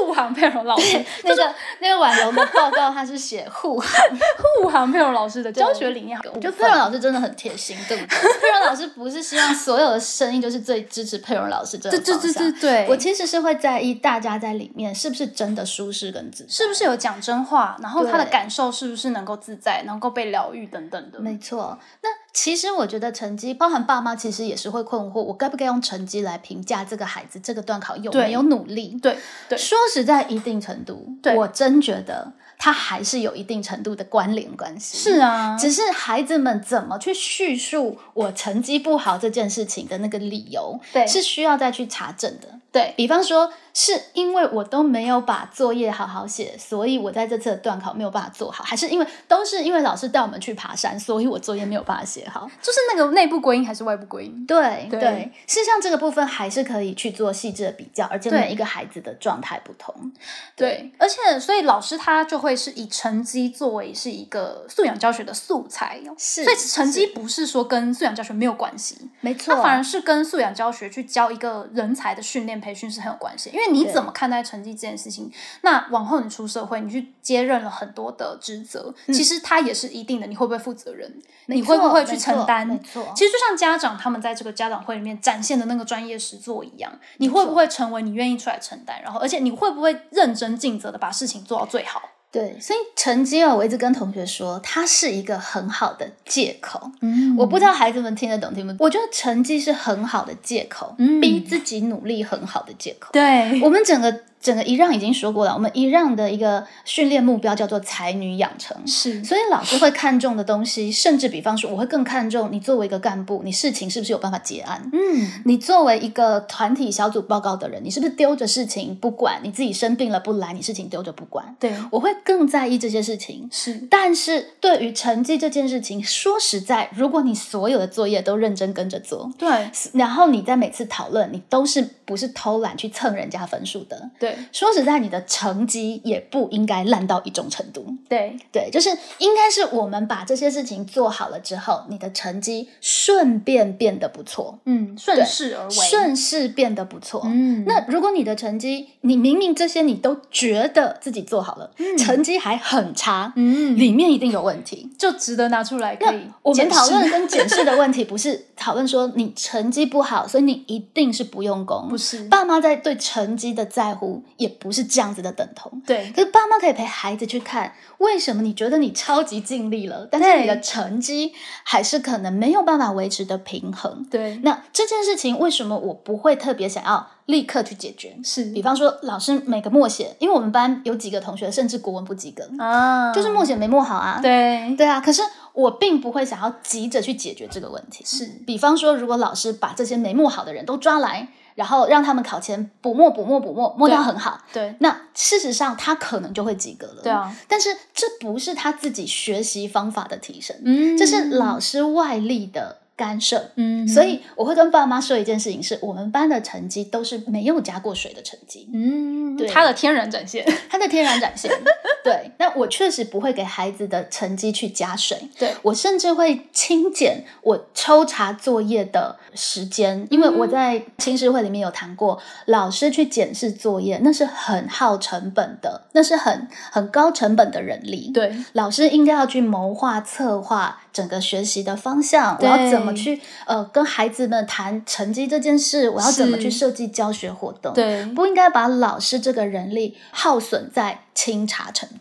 B: 护航佩蓉老 [laughs] 师，
A: 那个那个婉容的报告，他是写护 [laughs] 航，
B: 护航佩蓉老师的教学理念。
A: 我觉得佩蓉老师真的很贴心，对不对？佩蓉老师不是希望所有的声音就是最支持佩蓉老师这
B: 对
A: 种
B: 对
A: 方
B: 对
A: 向
B: 对。对，
A: 我其实是会在意大家在里面是不是真的舒适跟自在，
B: 是不是有讲真话？然后他的
A: 对
B: 感受是不是能够自在，能够被疗愈等等的？
A: 没错，那其实我觉得成绩，包含爸妈其实也是会困惑，我该不该用成绩来评价这个孩子这个段考有
B: 对
A: 没有努力？
B: 对对
A: 说实在，一定程度
B: 对，
A: 我真觉得它还是有一定程度的关联关系。
B: 是啊，
A: 只是孩子们怎么去叙述我成绩不好这件事情的那个理由，
B: 对
A: 是需要再去查证的。
B: 对
A: 比方说，是因为我都没有把作业好好写，所以我在这次的段考没有办法做好，还是因为都是因为老师带我们去爬山，所以我作业没有办法写好？
B: 就是那个内部归因还是外部归因？
A: 对
B: 对
A: 对，事实上这个部分还是可以去做细致的比较，而且
B: 对
A: 每一个孩子的状态不同。
B: 对，而且所以老师他就会是以成绩作为是一个素养教学的素材哦，
A: 是
B: 所以成绩不是说跟素养教学没有关系，
A: 没错
B: 它，反而是跟素养教学去教一个人才的训练培训是很有关系。因为你
A: 对
B: 怎么看待成绩这件事情，那往后你出社会，你去接任了很多的职责，其实它也是一定的。你会不会负责任？
A: 嗯没
B: 你会不
A: 错
B: 会去
A: 没错
B: 承担
A: 没错，
B: 其实就像家长他们在这个家长会里面展现的那个专业实作一样，你会不会成为你愿意出来承担，然后而且你会不会认真尽责的把事情做到最好？
A: 对，所以成绩哦，我一直跟同学说，它是一个很好的借口。
B: 嗯
A: 我不知道孩子们听得懂听不懂，我觉得成绩是很好的借口，
B: 嗯
A: 逼自己努力很好的借口。
B: 对
A: 我们整个整个一让已经说过了，我们一让的一个训练目标叫做才女养成。
B: 是
A: 所以老师会看重的东西，甚至比方说，我会更看重你作为一个干部，你事情是不是有办法结案？
B: 嗯
A: 你作为一个团体小组报告的人，你是不是丢着事情不管？你自己生病了不来，你事情丢着不管？
B: 对
A: 我会更在意这些事情。
B: 是
A: 但是对于成绩这件事情，说实在，如果你所有的作业都认真跟着做，
B: 对
A: 然后你在每次讨论，你都是不是偷懒去蹭人家分数的？
B: 对
A: 说实在，你的成绩也不应该烂到一种程度。
B: 对
A: 对，就是应该是我们把这些事情做好了之后，你的成绩顺便变得不错，
B: 嗯顺
A: 对
B: 势而为
A: 顺势变得不错。
B: 嗯
A: 那如果你的成绩，你明明这些你都觉得自己做好了，成绩还很差，
B: 嗯
A: 里面一定有问题。
B: 就值得拿出来可以
A: 我们
B: 检
A: 讨
B: 视
A: 论跟检视的问题，不是 [laughs] 讨论说你成绩不好，所以你一定是不用功。
B: [laughs] 不是
A: 爸妈在对成绩的在乎，也不是这样子的等同。
B: 对
A: 可是爸妈可以陪孩子去看，为什么你觉得你超级尽力了，但是你的成绩还是可能没有办法维持的平衡？
B: 对
A: 那这件事情为什么我不会特别想要立刻去解决？
B: 是
A: 比方说，老师每个默写，因为我们班有几个同学甚至国文不及格，
B: 啊
A: 就是默写没默好啊。
B: 对
A: 对啊，可是我并不会想要急着去解决这个问题。
B: 是
A: 比方说，如果老师把这些没默好的人都抓来，然后让他们考前补默、补默、补默，默到
B: 对
A: 很好，
B: 对
A: 那事实上他可能就会及格了。
B: 对啊，
A: 但是这不是他自己学习方法的提升，
B: 嗯
A: 这是老师外力的干涉。
B: 嗯
A: 所以我会跟爸妈说一件事情是，我们班的成绩都是没有加过水的成绩，
B: 嗯
A: 对
B: 他的天然展
A: [laughs]
B: 现
A: 它的天然展现。对，那我确实不会给孩子的成绩去加水，
B: 对
A: 我甚至会清减我抽查作业的时间，因为
B: 嗯
A: 我在青师会里面有谈过，老师去检视作业那是很耗成本的，那是很很高成本的人力。。
B: 对
A: 老师应该要去谋划、策划整个学习的方向，我
B: 对
A: 要怎么去呃跟孩子们谈成绩这件事，我要怎么哦
B: 是
A: 去设计教学活动，
B: 对
A: 不应该把老师这个人力耗损在清查成绩。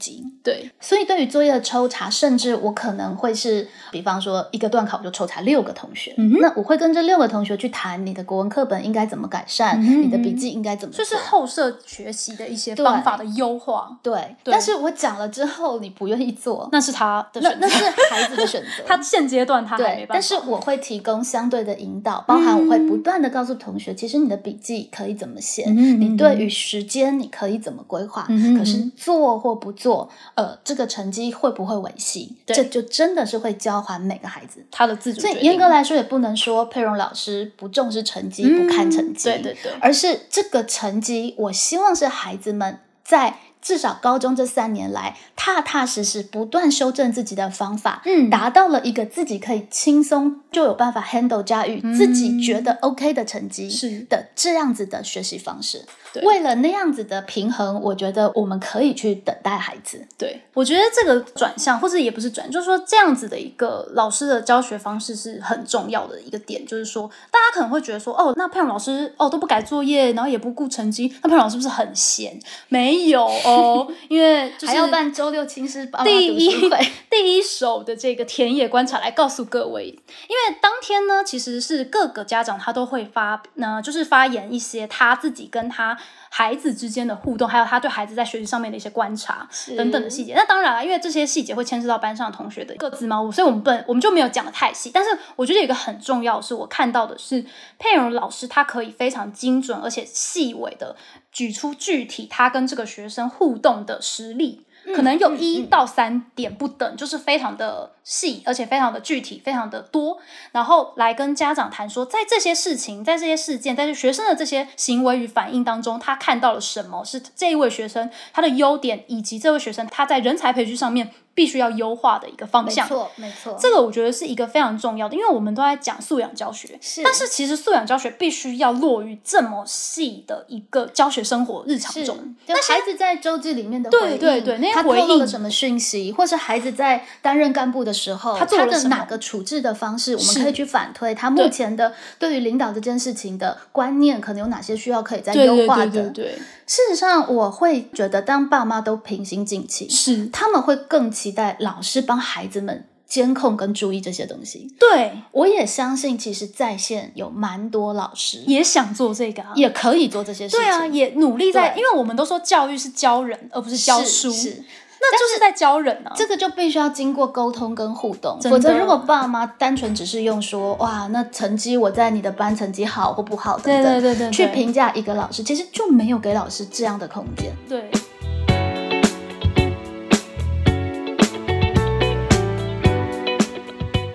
B: 对，
A: 所以对于作业的抽查，甚至我可能会是，比方说一个段考我就抽查六个同学，
B: 嗯哼
A: 那我会跟这六个同学去谈你的国文课本应该怎么改善，
B: 嗯哼
A: 你的笔记应该怎么
B: 就
A: 做，
B: 是后设学习的一些
A: 对
B: 方法的优化，
A: 对。
B: 对
A: 但是我讲了之后，你不愿意做，
B: 那是他的
A: 那
B: 选
A: 那
B: 择。。
A: 是孩子的选择 [laughs]
B: 他现阶段他还没
A: 对，
B: 办法，
A: 但是我会提供相对的引导，包含我会不断的告诉同学，其实你的笔记可以怎么写，
B: 嗯
A: 你对于时间你可以怎么规划，
B: 嗯哼嗯哼
A: 可是做或不做，呃，这个成绩会不会维系，
B: 对
A: 这就真的是会交还每个孩子。
B: 他的自主
A: 所
B: 决
A: 以
B: 定，
A: 严格来说，也不能说佩蓉老师不重视成绩、不看成绩，
B: 嗯对对对，
A: 而是这个成绩，我希望是孩子们在至少高中这三年来，踏踏实实不断修正自己的方法，
B: 嗯
A: 达到了一个自己可以轻松就有办法 handle 驾驭、自己觉得 OK 的成绩
B: 嗯是
A: 的这样子的学习方式。
B: 对
A: 为了那样子的平衡，我觉得我们可以去等待孩子。
B: 对，我觉得这个转向，或者也不是转，就是说这样子的一个老师的教学方式是很重要的一个点，就是说大家可能会觉得说，哦，那佩蓉老师哦都不改作业，然后也不顾成绩，那佩蓉老师是不是很闲？没有哦，因为就是
A: 还要办周六亲师爸妈
B: 第
A: 读
B: 一 [laughs]
A: 书会，
B: 第一手的这个田野观察来告诉各位，因为当天呢，其实是各个家长他都会发，呢、就是发言一些他自己跟他孩子之间的互动，还有他对孩子在学习上面的一些观察等等的细节。那当然了，因为这些细节会牵涉到班上同学的各自嘛，所以我们不能我们就没有讲的太细。但是我觉得有一个很重要的是，我看到的是佩蓉老师他可以非常精准而且细微的举出具体他跟这个学生互动的实例。可能有一到三点不等，就是非常的细，而且非常的具体，非常的多，然后来跟家长谈说，在这些事情、在这些事件、在这学生的这些行为与反应当中，他看到了什么？是这一位学生他的优点，以及这位学生他在人才培训上面必须要优化的一个方
A: 没
B: 向。
A: 错，没错，
B: 这个我觉得是一个非常重要的，因为我们都在讲素养教学，
A: 是
B: 但是其实素养教学必须要落于这么细的一个教学生活日常
A: 是，
B: 中。
A: 就孩子在周记里面的
B: 对
A: 回应
B: 对对那些
A: 他透
B: 回
A: 露了
B: 应
A: 什么讯息，或是孩子在担任干部的时候，
B: 他做了
A: 的
B: 什么
A: 哪个处置的方式，我们
B: 是
A: 可以去反推他目
B: 对
A: 前的对于领导这件事情的观念，可能有哪些需要可以再
B: 对
A: 优
B: 对
A: 化的。
B: 对对对，
A: 事实上，我会觉得当爸妈都平心静气，
B: 是
A: 他们会更期待老师帮孩子们监控跟注意这些东西。
B: 对，
A: 我也相信，其实在线有蛮多老师
B: 也想做这个啊。
A: 也可以做这些事情。
B: 对啊，也努力在，
A: 对
B: 因为我们都说教育是教人，而不是教
A: 是
B: 书，
A: 是
B: 那就是在教人啊。
A: 这个就必须要经过沟通跟互动，
B: 真的
A: 否则如果爸妈单纯只是用说哇，那成绩我在你的班成绩好或不好等等，
B: 对对对对
A: 去
B: 对
A: 评价一个老师，其实就没有给老师这样的空间。
B: 对。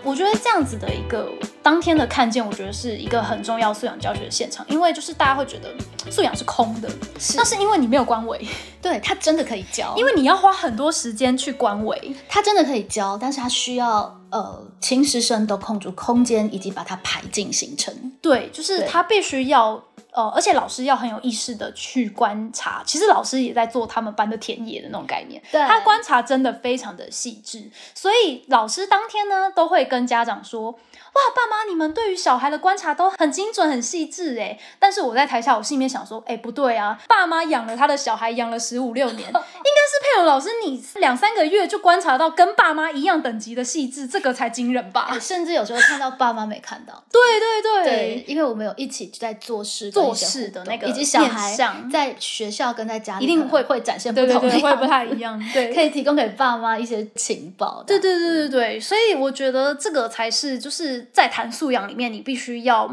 B: 我觉得这样子的一个当天的看见，我觉得是一个很重要素养教学的现场，因为就是大家会觉得素养是空的，
A: 是
B: 那是因为你没有官委，
A: 对他真的可以教，因
B: 因
A: 为
B: 为你要花很多时间去官委，
A: 他真的可以教，但是他需要呃，亲师生都空出空间，以及把它排进行程。
B: 对，就是
A: 对
B: 他必须要呃，而且老师要很有意识的去观察。其实老师也在做他们班的田野的那种概念，
A: 对
B: 他观察真的非常的细致。所以老师当天呢，都会跟家长说：“哇，爸妈，你们对于小孩的观察都很精准、很细致诶。”但是我在台下，我心里面想说：“哎，不对啊，爸妈养了他的小孩养了十五六年，应该是佩蓉老师你两三个月就观察到跟爸妈一样等级的细致，这个才惊人吧？”
A: 啊甚至有时候看到爸妈没看到，
B: 啊对对对
A: 对，因为我们有一起在做事跟
B: 做
A: 一些
B: 事
A: 互
B: 的
A: 动
B: 那个
A: 以及小
B: 面
A: 孩
B: 向
A: 在学校跟在家里
B: 一定
A: 可能
B: 会
A: 会展现不
B: 对对
A: 同的
B: 对，会不
A: 样
B: 太
A: 子
B: 一 [laughs] 样，对，
A: 可以提供给爸妈一些情报。
B: 对，对对对对，所以我觉得这个才是就是在谈素养里面，你必须要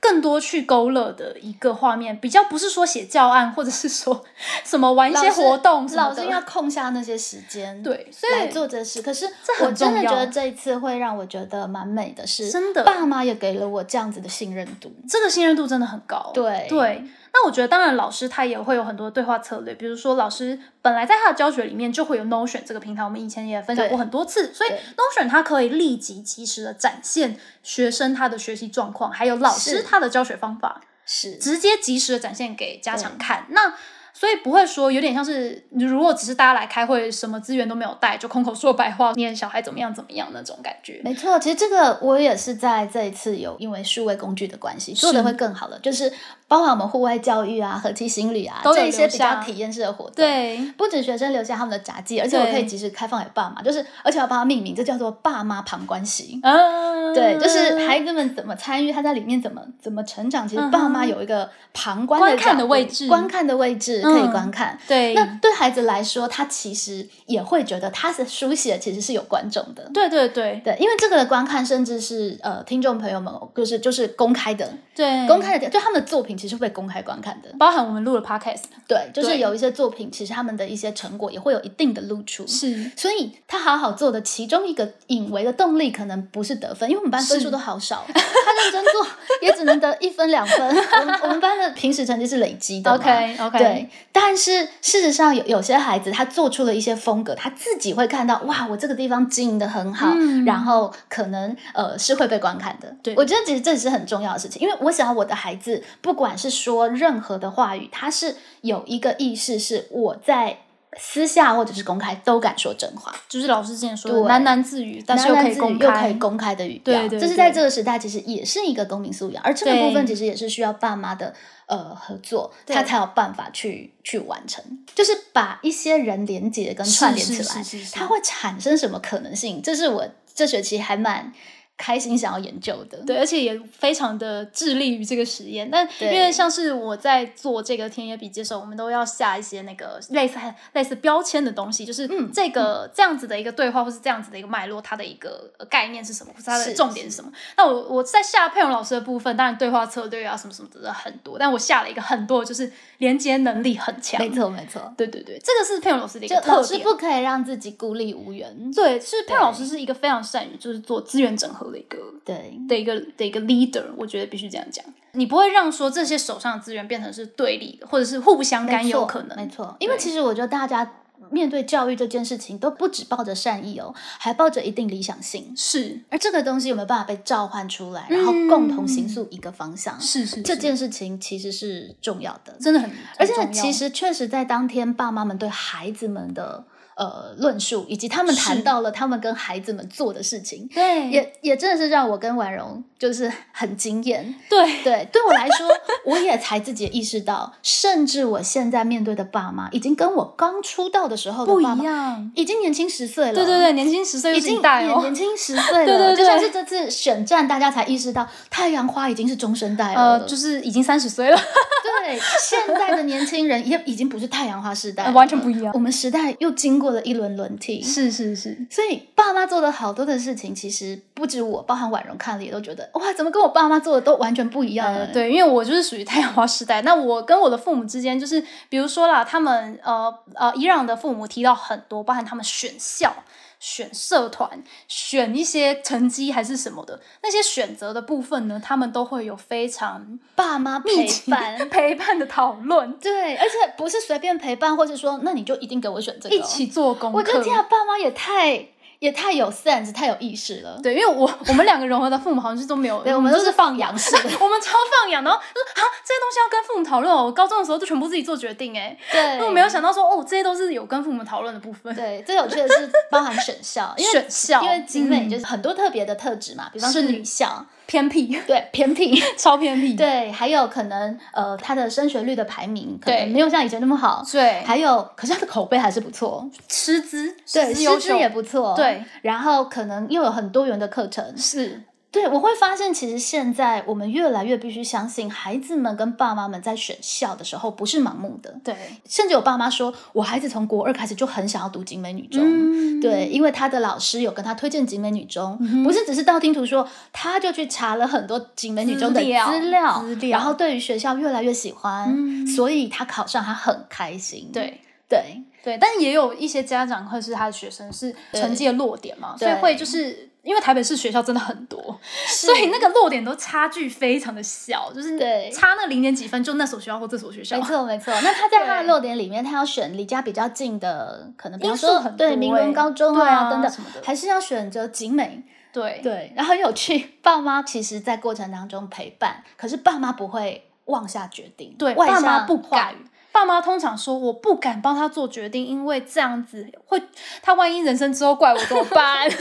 B: 更多去勾勒的一个画面，比较不是说写教案，或者是说什么玩一
A: 老
B: 些
A: 师
B: 活动什么
A: 老
B: 的
A: 师要空下那些时间，，
B: 对，所
A: 来
B: 以
A: 做这事。可是
B: 这
A: 我
B: 很重
A: 真
B: 要
A: 的觉得这一次会让我觉得蛮美的是，
B: 真的
A: 爸妈也给了我这样子的信任度。
B: 这个信任度真的很高。
A: 对
B: 对，那我觉得当然老师他也会有很多对话策略，比如说老师本来在他的教学里面就会有 Notion 这个平台，我们以前也分享过
A: 对
B: 很多次，所以
A: 对
B: Notion 它可以立即及时的展现学生他的学习状况，还有老师
A: 是
B: 他的教学方法。
A: 是，
B: 直接及时的展现给家长看。那所以不会说有点像是，如果只是大家来开会，什么资源都没有带，就空口说白话，念小孩怎么样怎么样那种感觉。
A: 没错，其实这个我也是在这一次有因为数位工具的关系做的会更好了，就是包含我们户外教育啊、和气心理啊，
B: 都有
A: 这一些
B: 留
A: 比
B: 下
A: 较体验式的活动。。
B: 对，
A: 不止学生留下他们的札记，而且我
B: 对
A: 可以及时开放给爸妈，就是而且我要帮他命名，这叫做爸妈旁观席。
B: 嗯，
A: 对，就是孩子们怎么参与，他在里面怎么怎么成长，其实爸妈
B: 嗯哼
A: 有一个旁观
B: 观
A: 角
B: 看的
A: 度
B: 位置
A: 观看的位置可以
B: 嗯
A: 观看。
B: 对，
A: 那对孩子来说，他其实也会觉得他的书写其实是有观众的。
B: 对对对
A: 对，因为这个的观看甚至是呃，听众朋友们就是就是公开的，
B: 对，
A: 公开的，就他们的作品其实会被公开观看的。
B: 包含我们录了 podcast
A: 对，就是
B: 对
A: 有一些作品，其实他们的一些成果也会有一定的露出。
B: 是
A: 所以他好好做的其中一个引为的动力，可能不是得分，因为我们班分数
B: 是
A: 都好少，他认真做也只能得一分两分。我们我们班的平时成绩是累积的嘛
B: OK OK，
A: 对，但是事实上有有些孩子他做出了一些风格，他自己会看到哇，我这个地方经营的很好，
B: 嗯
A: 然后可能呃是会被观看的。
B: 对
A: 我觉得其实这也是很重要的事情，因为我想要我的孩子不管是说任何的话语，他是有一个意识，是我在私下或者是公开都敢说真话，
B: 就是老师之前说的
A: 对
B: 喃喃自语，但是又
A: 喃喃
B: 可以
A: 自语
B: 公
A: 又可以
B: 开，
A: 公开的语调，
B: 对对
A: 这是
B: 对
A: 在这个时代其实也是一个公民素养，而这个部分
B: 对
A: 其实也是需要爸妈的呃合作，
B: 对
A: 他才有办法去去完成，就是把一些人连接跟串联起
B: 是
A: 来，
B: 是是是是
A: 它会产生什么可能性？这是我这学期还蛮开心想要研究的。
B: 对，而且也非常的致力于这个实验。但因
A: 对
B: 为像是我在做这个田野笔记的时候，我们都要下一些那个类似类似标签的东西，就是
A: 嗯
B: 这个、这样子的一个对话，或是这样子的一个脉络，它的一个呃概念是什么，或是它的
A: 是
B: 重点是什么。那我我在下佩蓉老师的部分，当然对话策略啊什么什么的很多，但我下了一个很多，就是连接能力很强。
A: 没，错，没错，
B: 对对对，这个是佩蓉老师的一
A: 就
B: 个特
A: 老师
B: 点。
A: 不可以让自己孤立无援。
B: 对，是佩蓉老师是一个非常善于就是做资源整合的一个
A: 对，
B: 的一个的一个 leader，我觉得必须这样讲。你不会让说这些手上的资源变成是对立的，或者是互相干
A: 没
B: 有
A: 错，
B: 可
A: 没
B: 能。
A: 错。因为其实我觉得大家面对教育这件事情，都不只抱着善意哦，还抱着一定理想性。
B: 是
A: 而这个东西有没有办法被召唤出来，
B: 嗯
A: 然后共同形塑一个方向？
B: 是是，
A: 这
B: 是
A: 件事情其实是重要的，
B: 真的很，
A: 而
B: 很
A: 且
B: 重要
A: 其实确实在当天爸妈们对孩子们的呃论述，以及他们谈
B: 是
A: 到了他们跟孩子们做的事情，
B: 对
A: 也也真的是让我跟婉容就是很惊艳。
B: 对
A: 对，对我来说，我也才自己意识到，甚至我现在面对的爸妈，已经跟我刚出道的时候的
B: 不
A: 爸
B: 一
A: 妈，
B: 样。
A: 已经年轻十岁了。
B: 对对对，年轻十岁
A: 已
B: 又是
A: 经
B: 一代
A: 也
B: 哦
A: 年。轻十岁了，
B: 对 [laughs] 对对
A: 就像是这次选战，大家才意识到太阳花已经是中生代了，
B: 呃，就是已经三十岁了， [laughs]
A: 对 [laughs] 现在的年轻人也已经不是太阳花时代了，
B: 呃完全不一样
A: 我们时代又经过了一轮轮替，
B: 是是是，
A: 所以爸妈做的好多的事情，其实不止我，包含婉容看了也都觉得哇，怎么跟我爸妈做的都完全不一样、
B: 呃，
A: 哎，
B: 对，因为我就是属于太阳花时代。那我跟我的父母之间，就是比如说啦，他们呃呃，伊朗的父母提到很多，包含他们选校、选社团、选一些成绩还是什么的那些选择的部分呢，他们都会有非常
A: 爸妈 [laughs]
B: 密
A: 陪
B: 集
A: 伴。
B: 陪伴的讨论，
A: 对，而且不是随便陪伴，或者说，那你就一定给我选这个哦、
B: [laughs] 一起做功课。
A: 我觉得天啊，爸妈也太也太有 sense，太有意识了。
B: 对，因为我我们两个融合的父母好像是都没有，嗯
A: 对我们
B: 就
A: 都
B: 是
A: 是放养式的
B: 我们超放养，然后就说啊，这些东西要跟父母讨论哦。我高中的时候就全部自己做决定，哎，
A: [laughs] 对，
B: [laughs] 因为我没有想到说哦，这些都是有跟父母讨论的部分。
A: 对，最有趣的是包含选校，因为
B: 选校
A: 因为景美
B: 嗯
A: 就是很多特别的特质嘛，比方说
B: 是
A: 女校，
B: 偏僻，
A: 对偏僻，
B: [laughs] 超偏
A: [laughs]
B: 僻。
A: 对，还有可能呃她的升学率的排名可
B: 对
A: 能没有像以前那么好，
B: 对，
A: 还有可是她的口碑还是不错，
B: 师资，
A: 对，
B: 资优
A: 师资
B: 秀
A: 也不错，
B: 对，
A: 然后可能又有很多元的课程，
B: 是
A: 对，我会发现，其实现在我们越来越必须相信，孩子们跟爸妈们在选校的时候不是盲目的，
B: 对，
A: 甚至有爸妈说，我孩子从国二开始就很想要读景美女中。
B: 嗯，
A: 对，因为他的老师有跟他推荐景美女中，不是只是道听途说，他就去查了很多景美女中的资
B: 资料
A: 料，
B: 资料嗯
A: 然后对于学校越来越喜欢，所以他考上，他很开心。
B: 对。
A: 对
B: 对，但也有一些家长或是他的学生是成绩的落点嘛，所
A: 对
B: 以会就是因为台北市学校真的很多，所以那个落点都差距非常的小，就是
A: 对
B: 差那零点几分就那所学校或这所学校
A: 没。错，没错。那他在他的
B: 对
A: 落点里面，他要选离家比较近的，可能比
B: 因
A: 方
B: 素
A: 说
B: 很
A: 对
B: 多
A: 名
B: 欸
A: 伦高中
B: 对啊
A: 等等
B: 什么的，
A: 还是要选择景美。
B: 对
A: 对，然后很有趣，爸妈其实在过程当中陪伴，可是爸妈不会妄下决定，
B: 对，
A: 外
B: 爸妈
A: 向
B: 不
A: 话
B: 敢
A: 语，
B: 爸妈通常说我不敢帮他做决定，因为这样子会他万一人生之后怪我怎么办？ [laughs]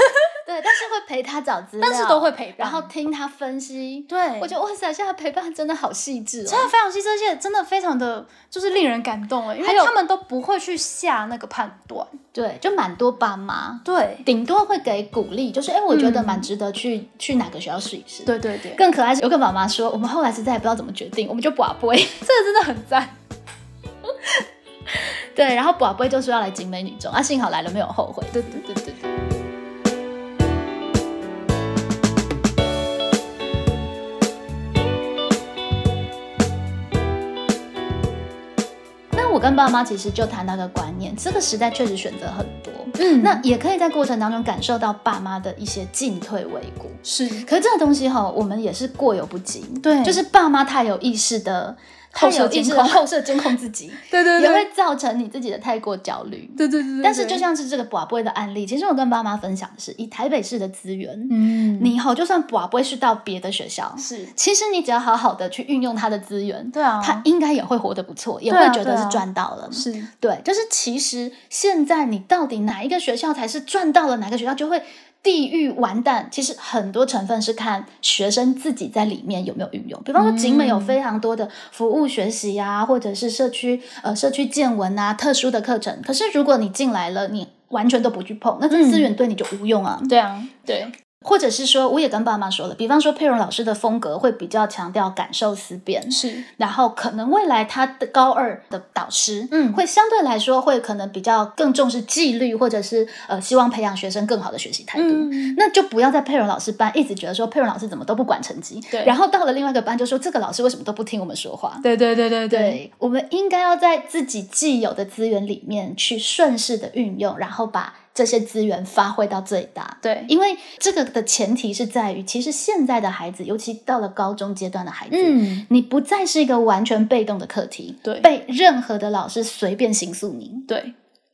A: 对，但是会陪他找资料，
B: 但是都会陪伴，
A: 然后听他分析。
B: 对，
A: 我觉得哇塞，现在陪伴真的好细致
B: 真的
A: 哦。
B: 非常细致，而且真的非常的就是令人感动哎，因
A: 还
B: 为
A: 有
B: 他们都不会去下那个判断。
A: 对，就蛮多爸妈，
B: 对，
A: 顶多会给鼓励，就是哎、诶我觉得蛮值得去、去哪个学校试一试。，
B: 嗯对对对，
A: 更可爱是有个妈妈说，我们后来实在也不知道怎么决定，我们就卜杯。
B: 这个真的很赞。
A: 对，然后卜杯就说要来景美女中，啊，幸好来了没有后悔。
B: 对对对对对。
A: 那我跟爸妈其实就谈到一个观念，这个时代确实选择很多，
B: [laughs] 嗯
A: 那也可以在过程当中感受到爸妈的一些进退维谷。
B: 是
A: 可是这个东西哈，我们也是过犹不及，
B: 对
A: 就是爸妈太有意识的
B: 后摄监
A: [laughs]
B: 控
A: 后摄监控自己，
B: 对对
A: 也会造成你自己的太过焦虑。
B: 对对对对
A: 但是就像是这个寡龟的案例，其实我跟爸妈分享的是，以台北市的资源，
B: 嗯，
A: 你哈就算寡龟是到别的学校，
B: 是
A: 其实你只要好好的去运用它的资源，
B: 对啊，
A: 他应该也会活得不错，也
B: 对啊
A: 会觉得
B: 对啊
A: 是赚到了。
B: 是
A: 对，就是其实现在你到底哪一个学校才是赚到了，哪个学校就会地狱完蛋。其实很多成分是看学生自己在里面有没有运用。比方说景美
B: 嗯
A: 有非常多的服务学习啊，或者是社区呃社区见闻啊，特殊的课程。可是如果你进来了，你完全都不去碰，那这
B: 嗯
A: 资源对你就无用啊。
B: 对啊，对，
A: 或者是说，我也跟爸妈说了，比方说佩蓉老师的风格会比较强调感受思辨，
B: 是
A: 然后可能未来他的高二的导师，
B: 嗯
A: 会相对来说会可能比较更重视纪律，或者是呃希望培养学生更好的学习态度。
B: 嗯
A: 那就不要在佩蓉老师班一直觉得说佩蓉老师怎么都不管成绩，
B: 对嗯
A: 然后到了另外一个班就说这个老师为什么都不听我们说话。
B: 对对对对，
A: 对，我们应该要在自己既有的资源里面去顺势的运用，然后把这些资源发挥到最大。
B: 对
A: 因为这个的前提是在于，其实现在的孩子，尤其到了高中阶段的孩子，
B: 嗯，
A: 你不再是一个完全被动的课题，
B: 对
A: 被任何的老师随便刑诉你，
B: 对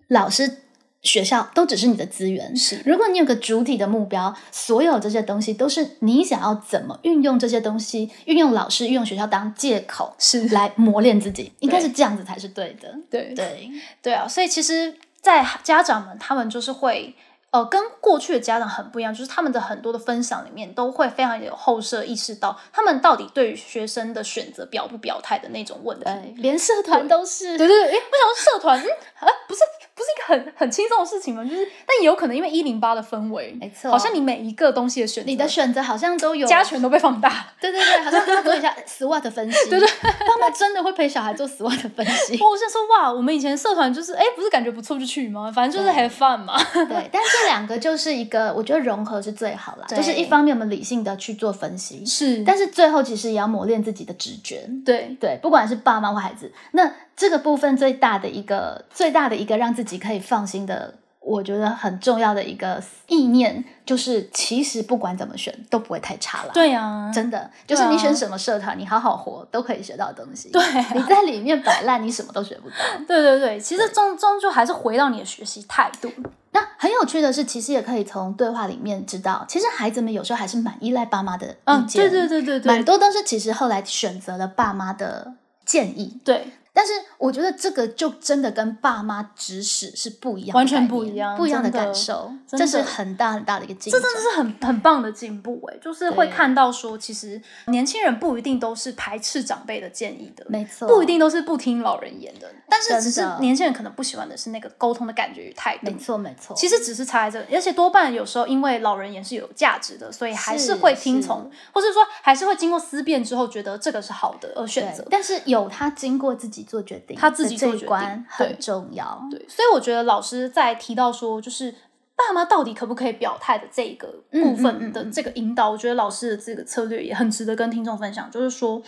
A: 老师、学校都只是你的资源。
B: 是
A: 如果你有个主体的目标，所有这些东西都是你想要怎么运用这些东西，运用老师、运用学校当借口
B: 是
A: 来磨练自己，应该是这样子才是对的。
B: 对
A: 对，
B: 对啊，所以其实，在家长们他们就是会。呃，跟过去的家长很不一样，就是他们的很多的分享里面都会非常有后设意识到，他们到底对于学生的选择表不表态的那种问题。
A: 对，连社团都是。
B: 对对对，诶我想说社团，嗯，啊，不是不是一个很很轻松的事情吗？就是，但也有可能因为一零八的氛围，
A: 没错
B: 好像你每一个东西的选择，
A: 你的选择好像都有
B: 加权都被放大了。
A: 对对对，好像要做一下 [laughs] SWOT 的分析。
B: 对对，
A: 爸妈真的会陪小孩做 SWOT 的分
B: [laughs]
A: 析。
B: 我想说，哇，我们以前社团就是，哎，不是感觉不错就去吗？反正就是 have fun 嘛。
A: [laughs] 对，但这两个就是一个，我觉得融合是最好啦。
B: 对
A: 就是一方面我们理性的去做分析，
B: 是但
A: 但是最后其实也要磨练自己的直觉。
B: 对
A: 对，不管是爸妈或孩子，那这个部分最大的一个最大的一个让自己可以放心的，我觉得很重要的一个意念，就是其实不管怎么选都不会太差了。。
B: 对呀，
A: 真的，就
B: 对
A: 是你选
B: 啊
A: 什么社团，你好好活都可以学到东西。
B: 对啊
A: 你在里面摆烂，你什么都学不到。
B: 对对对，其实终终究还是回到你的学习态度。
A: 那很有趣的是，其实也可以从对话里面知道，其实孩子们有时候还是蛮依赖爸妈的意
B: 嗯，
A: 见，
B: 对对对对
A: 蛮
B: 对
A: 多都是其实后来选择了爸妈的建议。
B: 对，
A: 但是我觉得这个就真的跟爸妈指使是不一样的概念，
B: 完全不一样
A: 不一样的
B: 真的
A: 感受，
B: 真
A: 这
B: 的
A: 是很大很大的一个进程。
B: 这是很很棒的进步哎，就是会
A: 对
B: 看到说，其实年轻人不一定都是排斥长辈的建议的，
A: 没错，
B: 不一定都是不听老人言的，但
A: 真
B: 是
A: 的
B: 只是年轻人可能不喜欢的是那个沟通的感觉与态度
A: 没。错，没错。
B: 其实只是差在这里，而且多半有时候因为老人言是有价值的，所以还
A: 是
B: 是会听从，或是说还是会经过思辨之后觉得这个是好的而选择
A: 对。但是有他经过自己做决定，
B: 他自己
A: 这
B: 做
A: 一
B: 决定
A: 关
B: 对
A: 很重要。对
B: 对，所以我觉得老师在提到说，就是爸妈到底可不可以表态的这个部
A: 嗯嗯
B: 分
A: 嗯
B: 的这个引导，我觉得老师的这个策略也很值得跟听众分享，就是说。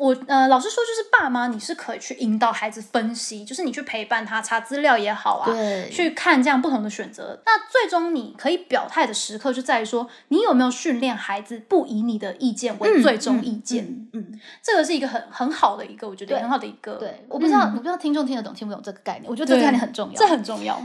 B: 我呃，老师说就是爸妈，你是可以去引导孩子分析，就是你去陪伴他查资料也好啊，
A: 对
B: 去看这样不同的选择。那最终你可以表态的时刻就在于说，你有没有训练孩子不以你的意见为最终意见？
A: 嗯嗯，
B: 这个是一个很很好的一个，我觉得
A: 对
B: 很好的一个，
A: 对，我不知道，
B: 嗯
A: 我不知道听众听得懂听不懂这个概念，我觉得这个
B: 对 [laughs]
A: 概念很重要，
B: 这很重要。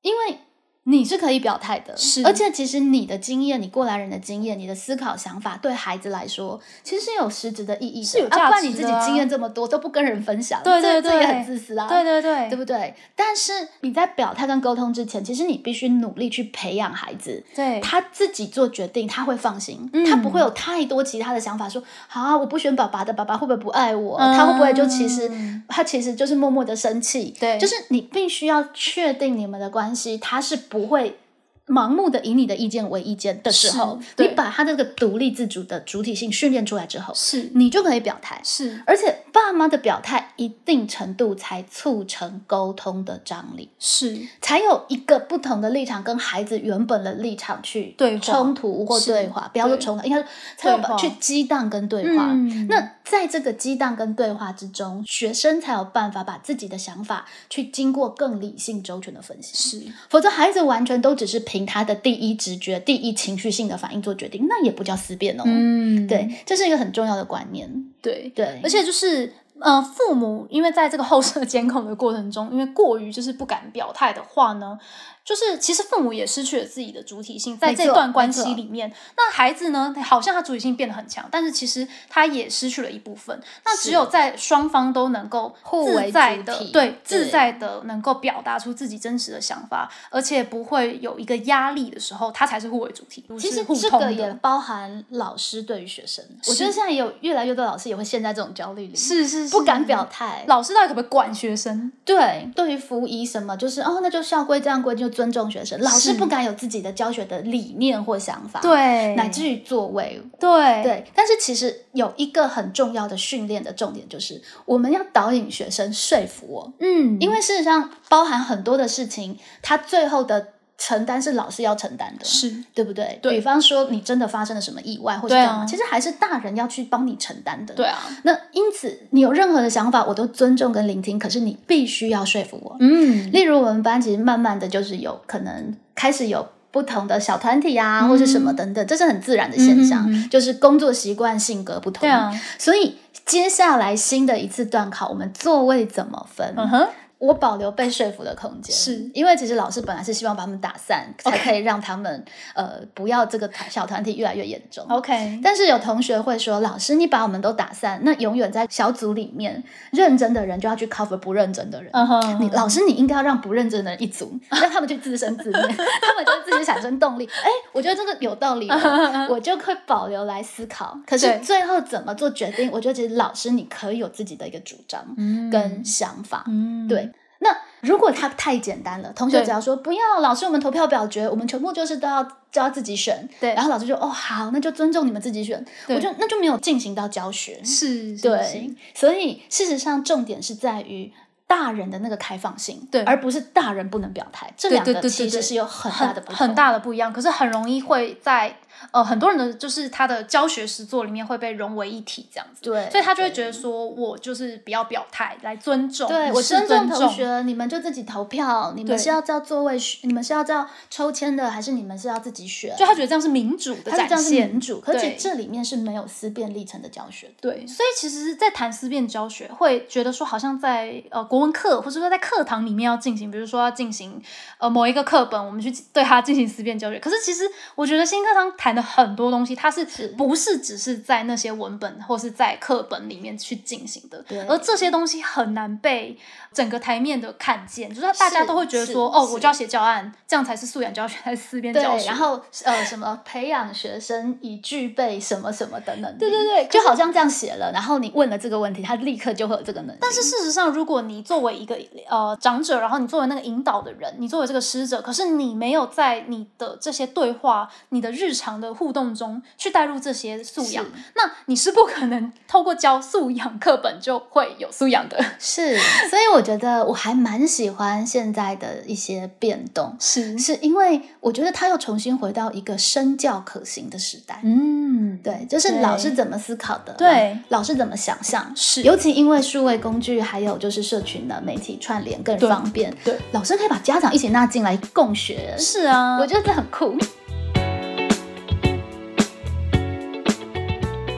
A: 因为你是可以表态的，
B: 是
A: 而且其实你的经验，你过来人的经验，你的思考想法，对孩子来说，其实是有实质的意义的。
B: 是有
A: 啊
B: 价值的啊
A: 不然你自己经验这么多都不跟人分享，
B: 对对
A: 这这也
B: 对
A: 很自私啊，
B: 对对对，
A: 对不对？但是你在表态跟沟通之前，其实你必须努力去培养孩子，
B: 对
A: 他自己做决定，他会放心，
B: 嗯
A: 他不会有太多其他的想法说，啊，我不选爸爸的，爸爸会不会不爱我？
B: 嗯
A: 他会不会就其实他其实就是默默的生气？
B: 对
A: 就是你必须要确定你们的关系，他是不会。盲目的以你的意见为意见的时候
B: 是，
A: 你
B: 对
A: 把他这个独立自主的主体性训练出来之后，
B: 是
A: 你就可以表态。
B: 是
A: 而且爸妈的表态一定程度才促成沟通的张力，
B: 是，
A: 才有一个不同的立场跟孩子原本的立场去
B: 对话
A: 冲突或
B: 是
A: 对话，不要说冲突，应该说才有
B: 对话
A: 去激荡跟对话。
B: 嗯
A: 那在这个激荡跟对话之中，学生才有办法把自己的想法去经过更理性周全的分析。
B: 是
A: 否则孩子完全都只是凭他的第一直觉、第一情绪性的反应做决定，那也不叫思辨哦。
B: 嗯
A: 对，这是一个很重要的观念。
B: 对，
A: 对，
B: 而且就是。呃，父母因为在这个后摄监控的过程中，因为过于就是不敢表态的话呢，就是其实父母也失去了自己的主体性，在
A: 没错
B: 这段关
A: 没错
B: 系里面，那孩子呢，好像他主体性变得很强，但是其实他也失去了一部分。那
A: 是
B: 只有在双方都能够
A: 互为
B: 自在
A: 主
B: 的，
A: 体对
B: 对自在的能够表达出自己真实的想法，而且不会有一个压力的时候，他才是互为主体，
A: 其
B: 是
A: 实
B: 互
A: 这
B: 通
A: 个
B: 的
A: 也包含老师对于学生，我觉得
B: 是
A: 现在有越来越多老师也会陷在这种焦虑里，
B: 是是是
A: 不敢表态。
B: 老师到底可不可以管学生？
A: 对，对于服仪什么，就是哦，那就校规这样规定，就尊重学生。老师
B: 是
A: 不敢有自己的教学的理念或想法，，
B: 对
A: 乃至于作为。
B: 对
A: 对，但是其实有一个很重要的训练的重点，就是我们要导引学生说服我，
B: 嗯，
A: 因为事实上包含很多的事情，他最后的承担是老师要承担的。
B: 是
A: 对不对？
B: 对
A: 比方说你真的发生了什么意外或者
B: 对啊
A: 干嘛，其实还是大人要去帮你承担的。
B: 对。啊，
A: 那因此，你有任何的想法，我都尊重跟聆听，可是你必须要说服我。
B: 嗯，
A: 例如，我们班其实慢慢的就是有可能开始有不同的小团体啊，或是什么等等，这是很自然的现象，
B: 嗯
A: 就是工作习惯、性格不同。
B: 对啊，
A: 所以接下来新的一次段考，我们座位怎么分？
B: 嗯哼，
A: 我保留被说服的空间，
B: 是
A: 因为其实老师本来是希望把他们打散，才可以让他们呃不要这个团小团体越来越严重。
B: OK，
A: 但是有同学会说，老师你把我们都打散，那永远在小组里面认真的人就要去 cover 不认真的人。
B: 嗯哼，
A: 你老师，你应该要让不认真的人一
B: [laughs]
A: 组，让他们去自生自灭，他们就会自己产生动力。哎，我觉得这个有道
B: 嗯
A: 理哦，我就会保留来思考。可是
B: 对
A: 最后怎么做决定，我觉得其实老师你可以有自己的一个主张
B: 嗯
A: 跟想法。
B: 嗯
A: 对，那如果他太简单了，同学
B: 对
A: 只要说不要，老师我们投票表决，我们全部就是都要都要自己选。
B: 对
A: 然后老师就哦好，那就尊重你们自己选，
B: 对
A: 我就那就没有进行到教学。
B: 是，是
A: 对，，所以事实上重点是在于。大人的那个开放性，
B: 对
A: 而不是大人不能表态，这
B: 对
A: 两
B: 对
A: 个
B: 对对
A: 其实
B: 对
A: 是有很大
B: 很
A: 的不同，
B: 很大的不一样，可是很容易会在呃很多人的就是他的教学实作里面会被融为一体这样子，
A: 对，
B: 所以他就会
A: 对
B: 觉得说我就是不要表态，来尊重，
A: 对
B: 以
A: 我
B: 示
A: 尊重
B: 重
A: 同，学，你们就自己投票，你们
B: 对
A: 是要照座位选，你们是要照抽签的，还是你们是要自己选？
B: 就他觉得这样是民主的
A: 它是
B: 展
A: 这样是民
B: 现。
A: 主，可是
B: 对
A: 这里面是没有思辨历程的教学的。
B: 对，所以其实，在谈思辨教学，会觉得说，好像在呃国文课，或者说在课堂里面要进行，比如说要进行呃某一个课本，我们去对它进行思辨教学。可是其实，我觉得新课堂谈的很多东西，它是
A: 是
B: 不是只是在那些文本或是在课本里面去进行的
A: 对？
B: 而这些东西很难被整个台面的看见，就是大家
A: 是
B: 都会觉得
A: 是
B: 说，哦，
A: 是
B: 我就要写教案，这样才是素养教学，才是思辨
A: 对
B: 教，学。
A: 然后呃，什么培养学生以具备什么什么的能力，对
B: 对对可
A: 就好像这样写了，然后你问了这个问题，他立刻就会有这个能力。但
B: 但是事实上，如果你作为一个呃长者，然后你作为那个引导的人，你作为这个师者，可是你没有在你的这些对话、你的日常的互动中去带入这些素养
A: 是，
B: 那你是不可能透过教素养课本就会有素养的。
A: 是，所以我觉得我还蛮喜欢现在的一些变动，
B: 是
A: 是因为我觉得他又重新回到一个身教可行的时代。
B: 嗯，
A: 对，就是老师怎么思考的，
B: 对，
A: 老师怎么想象，
B: 是
A: 尤其因为数位工具还有就是社群的媒体串联更
B: 对
A: 方便，
B: 对
A: 老师可以把家长一起纳进来共学，
B: 是啊，
A: 我觉得这很酷。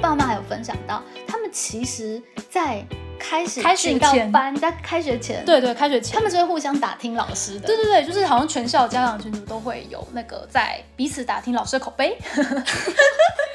A: 爸妈还有分享到，他们其实在开始
B: 开学
A: 进到
B: 前
A: 班，在开学前，，
B: 对对，开学前
A: 他。们就会互相打听老师的。
B: 对对对，就是好像全校家长群组都会有那个在彼此打听老师的口碑， [laughs]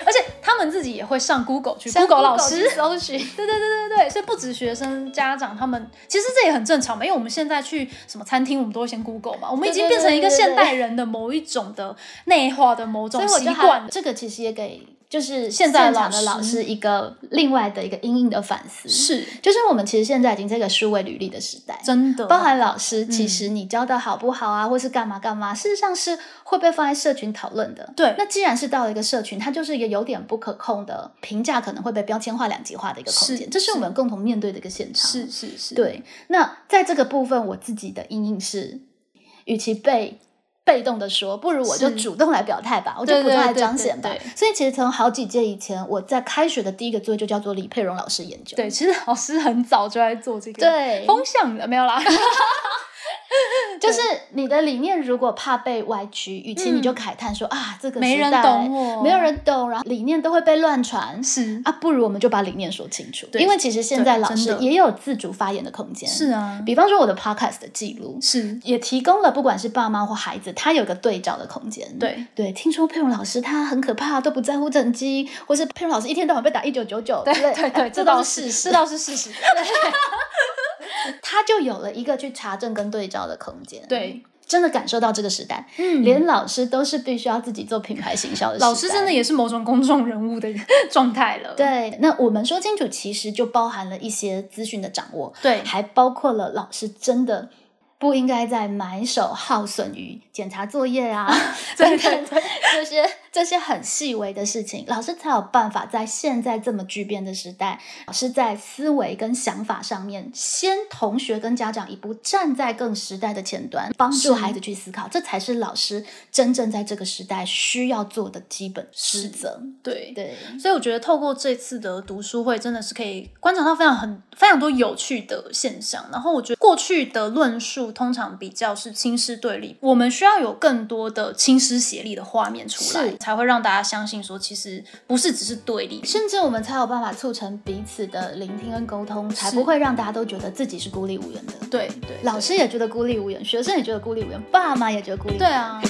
B: 而且他们自己也会上 Google 去
A: 像
B: Google 老师
A: 去，搜
B: [laughs]
A: 寻，
B: 对对对对对，所以不止学生家长他们，其实这也很正常嘛，因为我们现在去什么餐厅，我们都会先 Google 嘛，我们已经变成一个现代人的某一种的内化的某
A: 所
B: 种
A: 以我
B: 习
A: 觉得
B: 惯
A: 还嗯
B: 了。
A: 这个其实也给就是
B: 现在
A: 场
B: 老
A: 的老
B: 师
A: 师一个另外的一个阴影的反思。
B: 是
A: 就是我们其实现在已经这个数位履历的时代，
B: 真的，嗯
A: 包含老师，其实你教的好不好啊，或是干嘛干嘛，事实上是会被放在社群讨论的。
B: 对
A: 那既然是到了一个社群，它就是一个有点不可控的评价，可能会被标签化、两极化的一个空
B: 是
A: 间，这是我们共同面对的一个现场。
B: 是，是是，
A: 对。那在这个部分，我自己的阴影是，与其被被动的说，不如我就是主动来表态吧，我就
B: 对
A: 主
B: 对
A: 动来
B: 对
A: 彰
B: 对
A: 显吧
B: 对。
A: 所以其实从好几届以前，我在开学的第一个作业就叫做李佩荣老师研究。
B: 对，其实老师很早就在做这个
A: 对，
B: 风向的，没
A: [laughs]
B: 有啦，
A: 就是你的理念如果怕被歪曲，与其
B: 嗯
A: 你就慨叹说、啊，这个
B: 没
A: 时
B: 人
A: 代
B: 懂我
A: 没有人懂，然后理念都会被乱传。
B: 是
A: 啊，不如我们就把理念说清楚，
B: 对
A: 因为其实现
B: 对
A: 在老
B: 真
A: 师
B: 的
A: 也有自主发言的空间。
B: 是啊，
A: 比方说我的 podcast 的记录，
B: 是，
A: 也提供了不管是爸妈或孩子，他有个对照的空间。
B: 对
A: 对，听说佩蓉老师他很可怕，都不在乎成绩，或是佩蓉老师一天到晚被打一九九九，
B: 对 [laughs] 对对，
A: 这
B: 倒
A: 都是事实
B: 这。倒
A: [laughs]
B: 是事实，
A: 他就有了一个去查证跟对照的空间。，
B: 对，
A: 真的感受到这个时代，
B: 嗯
A: 连老师都是必须要自己做品牌行销的时代。
B: 老师真的也是某种公众人物的 [laughs] 状态了，
A: 对。那我们说清楚，其实就包含了一些资讯的掌握，
B: 对
A: 还包括了老师真的。不应该再埋首耗损于检查作业
B: [laughs]
A: 啊，
B: 对
A: 等
B: 对
A: 等 [laughs] 这些这些很细微的事情，老师才有办法在现在这么巨变的时代，老师在思维跟想法上面，先同学跟家长一步站在更时代的前端，帮
B: 是
A: 助孩子去思考，这才是老师真正在这个时代需要做的基本职责。
B: 对
A: 对，
B: 所以我觉得透过这次的读书会，真的是可以观察到非常很非常多有趣的呃现象。然后我觉得过去的论述通常比较是亲师对立，我们需要有更多的亲师协力的画面出来
A: 是，
B: 才会让大家相信说，其实不是只是对立，
A: 甚至我们才有办法促成彼此的聆听跟沟通，才
B: 是
A: 不会让大家都觉得自己是孤立无援的。
B: 对对
A: 老师也觉得孤立无援，学生也觉得孤立无援，爸妈也觉得孤立无援。
B: 对，啊，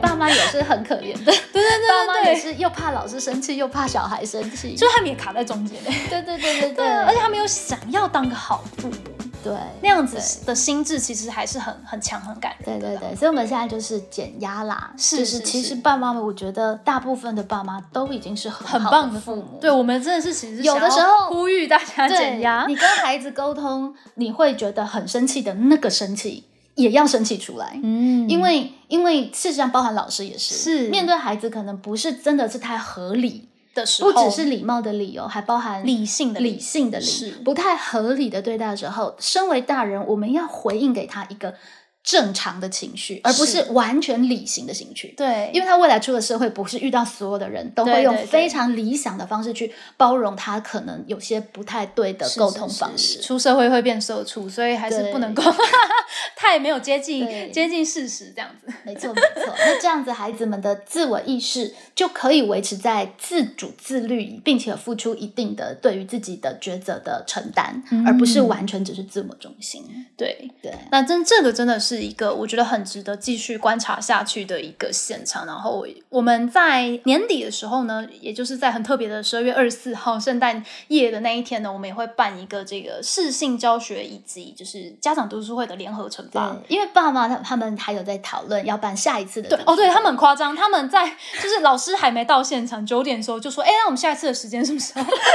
A: 爸妈也是很可怜的。
B: [laughs] 对对对
A: 爸妈也
B: 对对，
A: 是又怕老师生气，又怕小孩生气。
B: [laughs] 就是他们也卡在中间。
A: 对对对对
B: [laughs] 对啊，而且他们又想要当个好父母，
A: 对
B: 那样子的心智其实还是很很强、很感人
A: 对
B: 的。
A: 对对，所以我们现在就是减压啦，
B: 是
A: 就是其
B: 是
A: 实爸妈们，我觉得大部分的爸妈都已经是很
B: 很
A: 好
B: 棒
A: 的
B: 的
A: 父母，
B: 对我们真的是其实
A: 有的
B: 想要
A: 时候
B: 呼吁大家
A: 对
B: 减压，
A: 你跟孩子沟通，你会觉得很生气的那个生气，也要生气出来。
B: 嗯
A: 因为，因为事实上，包含老师也是，
B: 是
A: 面对孩子可能不是真的是太合理，
B: 的时候
A: 不只是礼貌的理由，还包含
B: 理性哦的
A: 理性的
B: 是
A: 理，不太合理的对待的时候，身为大人，我们要回应给他一个正常的情绪，而不
B: 是
A: 是完全理性的情绪。
B: 对，
A: 因为他未来出了社会，不是遇到所有的人都
B: 对
A: 会用
B: 对对
A: 非常理想的方式去包容他可能有些不太对的
B: 是
A: 呃沟
B: 是
A: 通
B: 是
A: 方式。
B: 出社会会变社畜，所以还是
A: 对
B: 不能够 [laughs] 太没有接近
A: 对
B: 接近事实这样子。
A: 没错，没错。那这样子，孩子们的自我意识就可以维持在自主、自律，并且付出一定的对于自己的抉择的承担，而不是完全只是自我中心。
B: 对，
A: 嗯对，
B: 那真这个真的是一个我觉得很值得继续观察下去的一个现场。然后我我们在年底的时候呢，也就是在很特别的十二月二十四号圣诞夜的那一天呢，我们也会办一个这个视性教学以及就是家长读书会的联合惩罚。
A: 对，因为爸妈他他们还有在讨论要办下一次的
B: 对
A: 读书
B: 哦，对
A: 会
B: 他们很夸张，他们在就是老师还没到现场，九点的时候就说：“哎，那我们下一次的时间什么时候？” [laughs]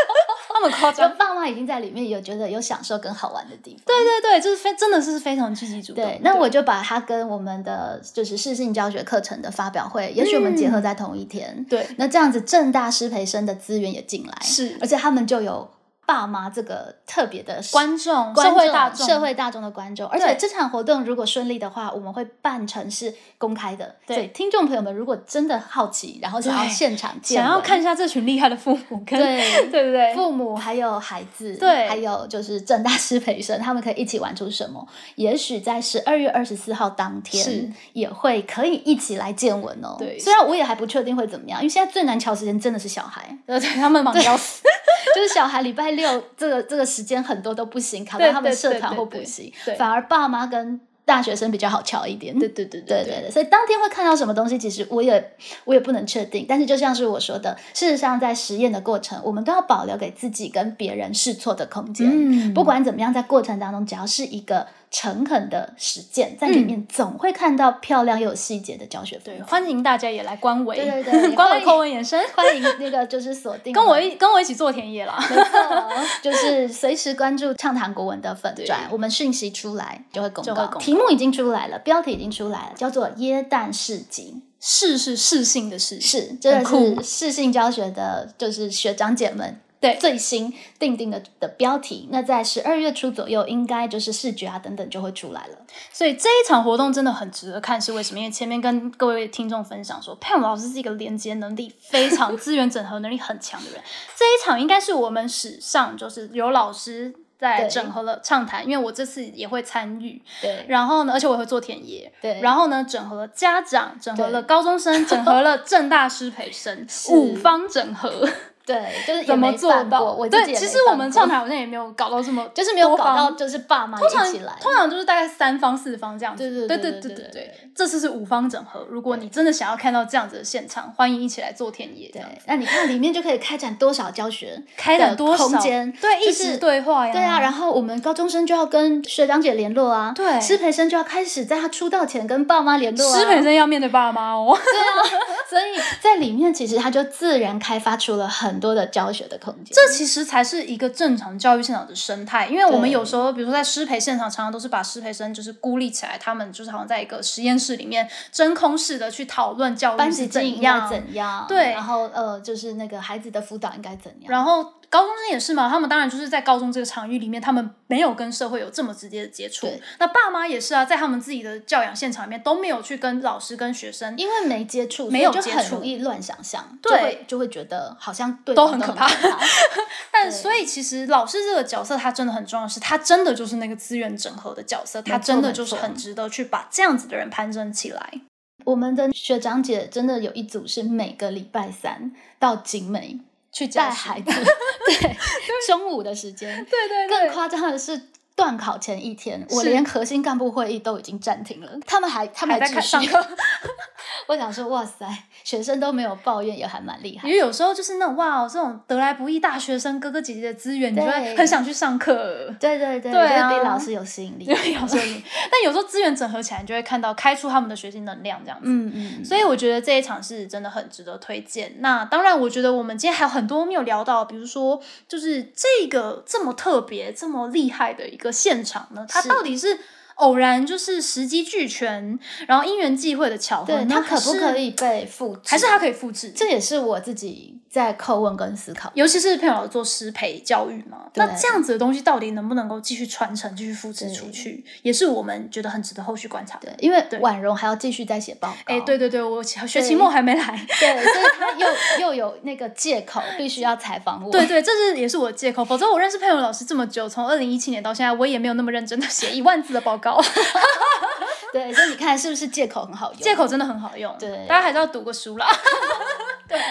B: 他们很夸
A: 就
B: 张，
A: 爸妈已经在里面有觉得有享受跟好玩的地方。
B: 对对对，就是非真的是非常积极主动。
A: 对，那我就把它跟我们的就是适性教学课程的发表会，也许我们结合嗯在同一天。
B: 对
A: 那这样子，正大师培生的资源也进来，
B: 是
A: 而且他们就有爸妈这个特别的
B: 观众、
A: 观啊
B: 社会大众、
A: 社会大众的观众，而且这场活动如果顺利的话，我们会办成是公开的。
B: 对
A: 所以听众朋友们如果真的好奇，然后想要
B: 对
A: 现场见
B: 想要
A: 闻
B: 看一下这群厉害的父母
A: [laughs]
B: 跟，
A: 对
B: [laughs] 对不对？
A: 父母还有孩子，
B: 对
A: 还有就是正大师培生，他们可以一起玩出什么？也许在十二月二十四号当
B: 是
A: 天，也会可以一起来见闻哦。
B: 对
A: 虽然我也还不确定会怎么样，因为现在最难调时间真的是小孩，
B: 呃，对他们忙得要死， [laughs]
A: [laughs] 就是小孩礼拜六这个这个时间很多都不行，卡
B: 对
A: 到他们
B: 对
A: 社
B: 对
A: 团
B: 对
A: 或
B: 对
A: 补习
B: 对，
A: 反而爸妈跟大学生比较好瞧一点。
B: 对对
A: 对对对，所以当天会看到什么东西，其实我也我也不能确定。但是就像是我说的，事实上在实验的过程，我们都要保留给自己跟别人试错的空间。
B: 嗯
A: 不管怎么样，在过程当中，只要是一个诚恳的实践，在里面总会看到漂亮又有细节的教学方
B: 嗯对，
A: 法。
B: 欢迎大家也来观维，
A: 对对
B: [laughs]
A: 对
B: 观
A: 欢
B: 维
A: 迎
B: 叩问延伸，
A: [laughs] 欢迎那个就是锁定
B: 跟我
A: 们
B: 一跟我一起做田野啦。
A: [laughs] 没错，就是随时关注畅谈国文的粉
B: 对
A: 转，我们讯息出来就会公
B: 就会
A: 告，
B: 公告
A: 题目已经出来了，标题已经出来了，叫做《耶诞市集》。
B: 是是是性的事，
A: 是，这个
B: 酷
A: 是适性教学的，就是学长姐们
B: 对
A: 最新定定的的标题。那在十二月初左右，应该就是视觉啊等等就会出来了。
B: 所以这一场活动真的很值得看，是为什么？因为前面跟各位听众分享说，佩姆老师是一个连接能力
A: [laughs]
B: 非常、资源整合能力很强的人。这一场应该是我们史上就是有老师在
A: 对
B: 整合了畅谈，因为我这次也会参与，
A: 对
B: 然后呢，而且我会做田野，
A: 对，
B: 然
A: 后
B: 后呢，整合了家长，整合
A: 对
B: 了高中生，整合了正大师培生，
A: [laughs] 是
B: 五方整合，
A: 对，就是也
B: 怎么
A: 没
B: 做
A: 办
B: 到？
A: 过我自己
B: 对，
A: 也
B: 其
A: 没
B: 实我
A: 办
B: 们
A: 过
B: 畅谈好像也没有搞到这么，
A: 就是没有
B: 多
A: 搞到
B: 方
A: 就是爸妈
B: 通常
A: 一起来。
B: 通常就是大概三方四方这样子。
A: 对对
B: 对
A: 对
B: 对
A: 对
B: 对
A: 对
B: 对，这次是五方整合。如果你真的想要看到这样子的现场，欢迎一起来做田野。这
A: 对
B: 样，
A: 那你看里面就可以开展多少教学，
B: 开展多少
A: 空间
B: 对，
A: 就
B: 一
A: 是
B: 直对话呀。
A: 对啊，然后我们高中生就要跟学长姐联络啊，
B: 对
A: 师培生就要开始在他出道前跟爸妈联络啊，
B: 师培生要面对爸妈哦。
A: 所以在里面其实他就自然开发出了很多的教学的空间。
B: 这 [laughs] 其实才是一个正常教育现场的生态，因为我们
A: 对
B: 有时候，比如说在师培现场，常常都是把师培生就是孤立起来，他们就是好像在一个实验室里面真空式的去讨论教育
A: 班
B: 是
A: 级经营
B: 怎
A: 要
B: 样。
A: 怎样？
B: 对
A: 然后呃，就是那个孩子的辅导应该怎样？
B: 然后高中生也是嘛，他们当然就是在高中这个场域里面，他们没有跟社会有这么直接的接触
A: 对。
B: 那爸妈也是啊，在他们自己的教养现场里面都没有去跟老师跟学生，
A: 因为没接触，
B: 没有
A: 所以就
B: 接
A: 很
B: 触
A: 容易乱想象，
B: 对
A: 就会就会觉得好像对
B: 都
A: 方
B: 很可
A: 怕。
B: 但所以其实老师这个角色他真的很重要，是他真的就是那个资源整合的角色，他真的就是
A: 没错
B: 很值得去把这样子的人攀升起来。
A: 我们的学长姐真的有一组是每个礼拜三到景美
B: 去
A: 带
B: 教学 [laughs]
A: 孩子，对，中午的时间。
B: 对对
A: 更夸张的是。断考前一天，我
B: 是
A: 连核心干部会议都已经暂停了，他们还他们
B: 还在
A: 继
B: 看
A: 续
B: 上课。
A: [laughs] 我想说，哇塞，学生都没有抱怨，也还蛮厉害
B: 因。为有时候就是那种哇哦，这种得来不易大学生哥哥姐姐的资源，你就会
A: 对
B: 很想去上课。
A: 对对对，
B: 对
A: 我觉得
B: 啊
A: 比老师有吸引
B: [laughs]
A: 力。
B: 因为有时候你，但有时候资源整合起来，你就会看到开出他们的学习能量这样子。
A: 嗯嗯，
B: 所以我觉得这一场是真的很值得推荐。那当然，我觉得我们今天还有很多没有聊到，比如说就是这个这么特别、这么厉害的一个现场呢，它
A: 是
B: 到底是偶然就是时机俱全，然后因缘际会的巧合
A: 对
B: 呢，
A: 他可不可
B: 以，
A: 以被复制？
B: 还是它可以复制？
A: 这也是我自己在叩问跟思考。
B: 尤其是佩老师做师培教育嘛，
A: 对
B: 那这样子的东西到底能不能够继续传承、继续复制出去，也是我们觉得很值得后续观察的
A: 对。，因为
B: 对
A: 婉容还要继续再写报告。
B: 哎，对对对，我学期
A: 对
B: 末还没来，
A: 对，所以他又又有那个借口，必须要采访我。
B: 对对，这是也是我的借口。否则我认识佩文老师这么久，从二零一七年到现在，我也没有那么认真的写一万字的报 [laughs] 告。
A: 对，所以你看是不是借口很好用？
B: 借口真的很好用，
A: 对
B: 大家还是要读个书啦，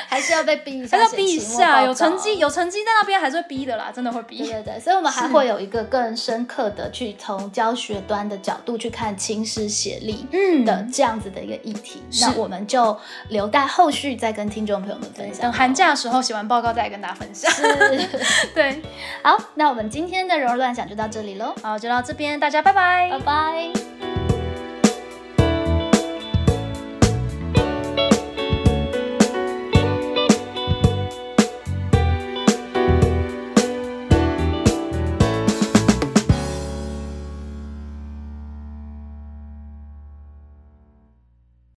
A: 还是要被逼一下，
B: 还是要逼
A: 写
B: 一
A: 期末报
B: 下。
A: 告
B: 有成 [laughs] 绩，有成绩在那边还是会逼的啦，真的会逼
A: 对。对对，所以我们还会有一个更深刻的去从教学端的角度去看亲师协力
B: 嗯
A: 的这样子的一个议题。
B: 是
A: 那我们就留待后续再跟听众朋友们分享。
B: 等寒假的时候写完报告再来跟大家分享。
A: 是
B: [laughs]
A: [laughs]
B: 对，
A: 好，那我们今天的柔儿乱想就到这里喽，
B: 好，就到这边，大家拜拜
A: 拜拜。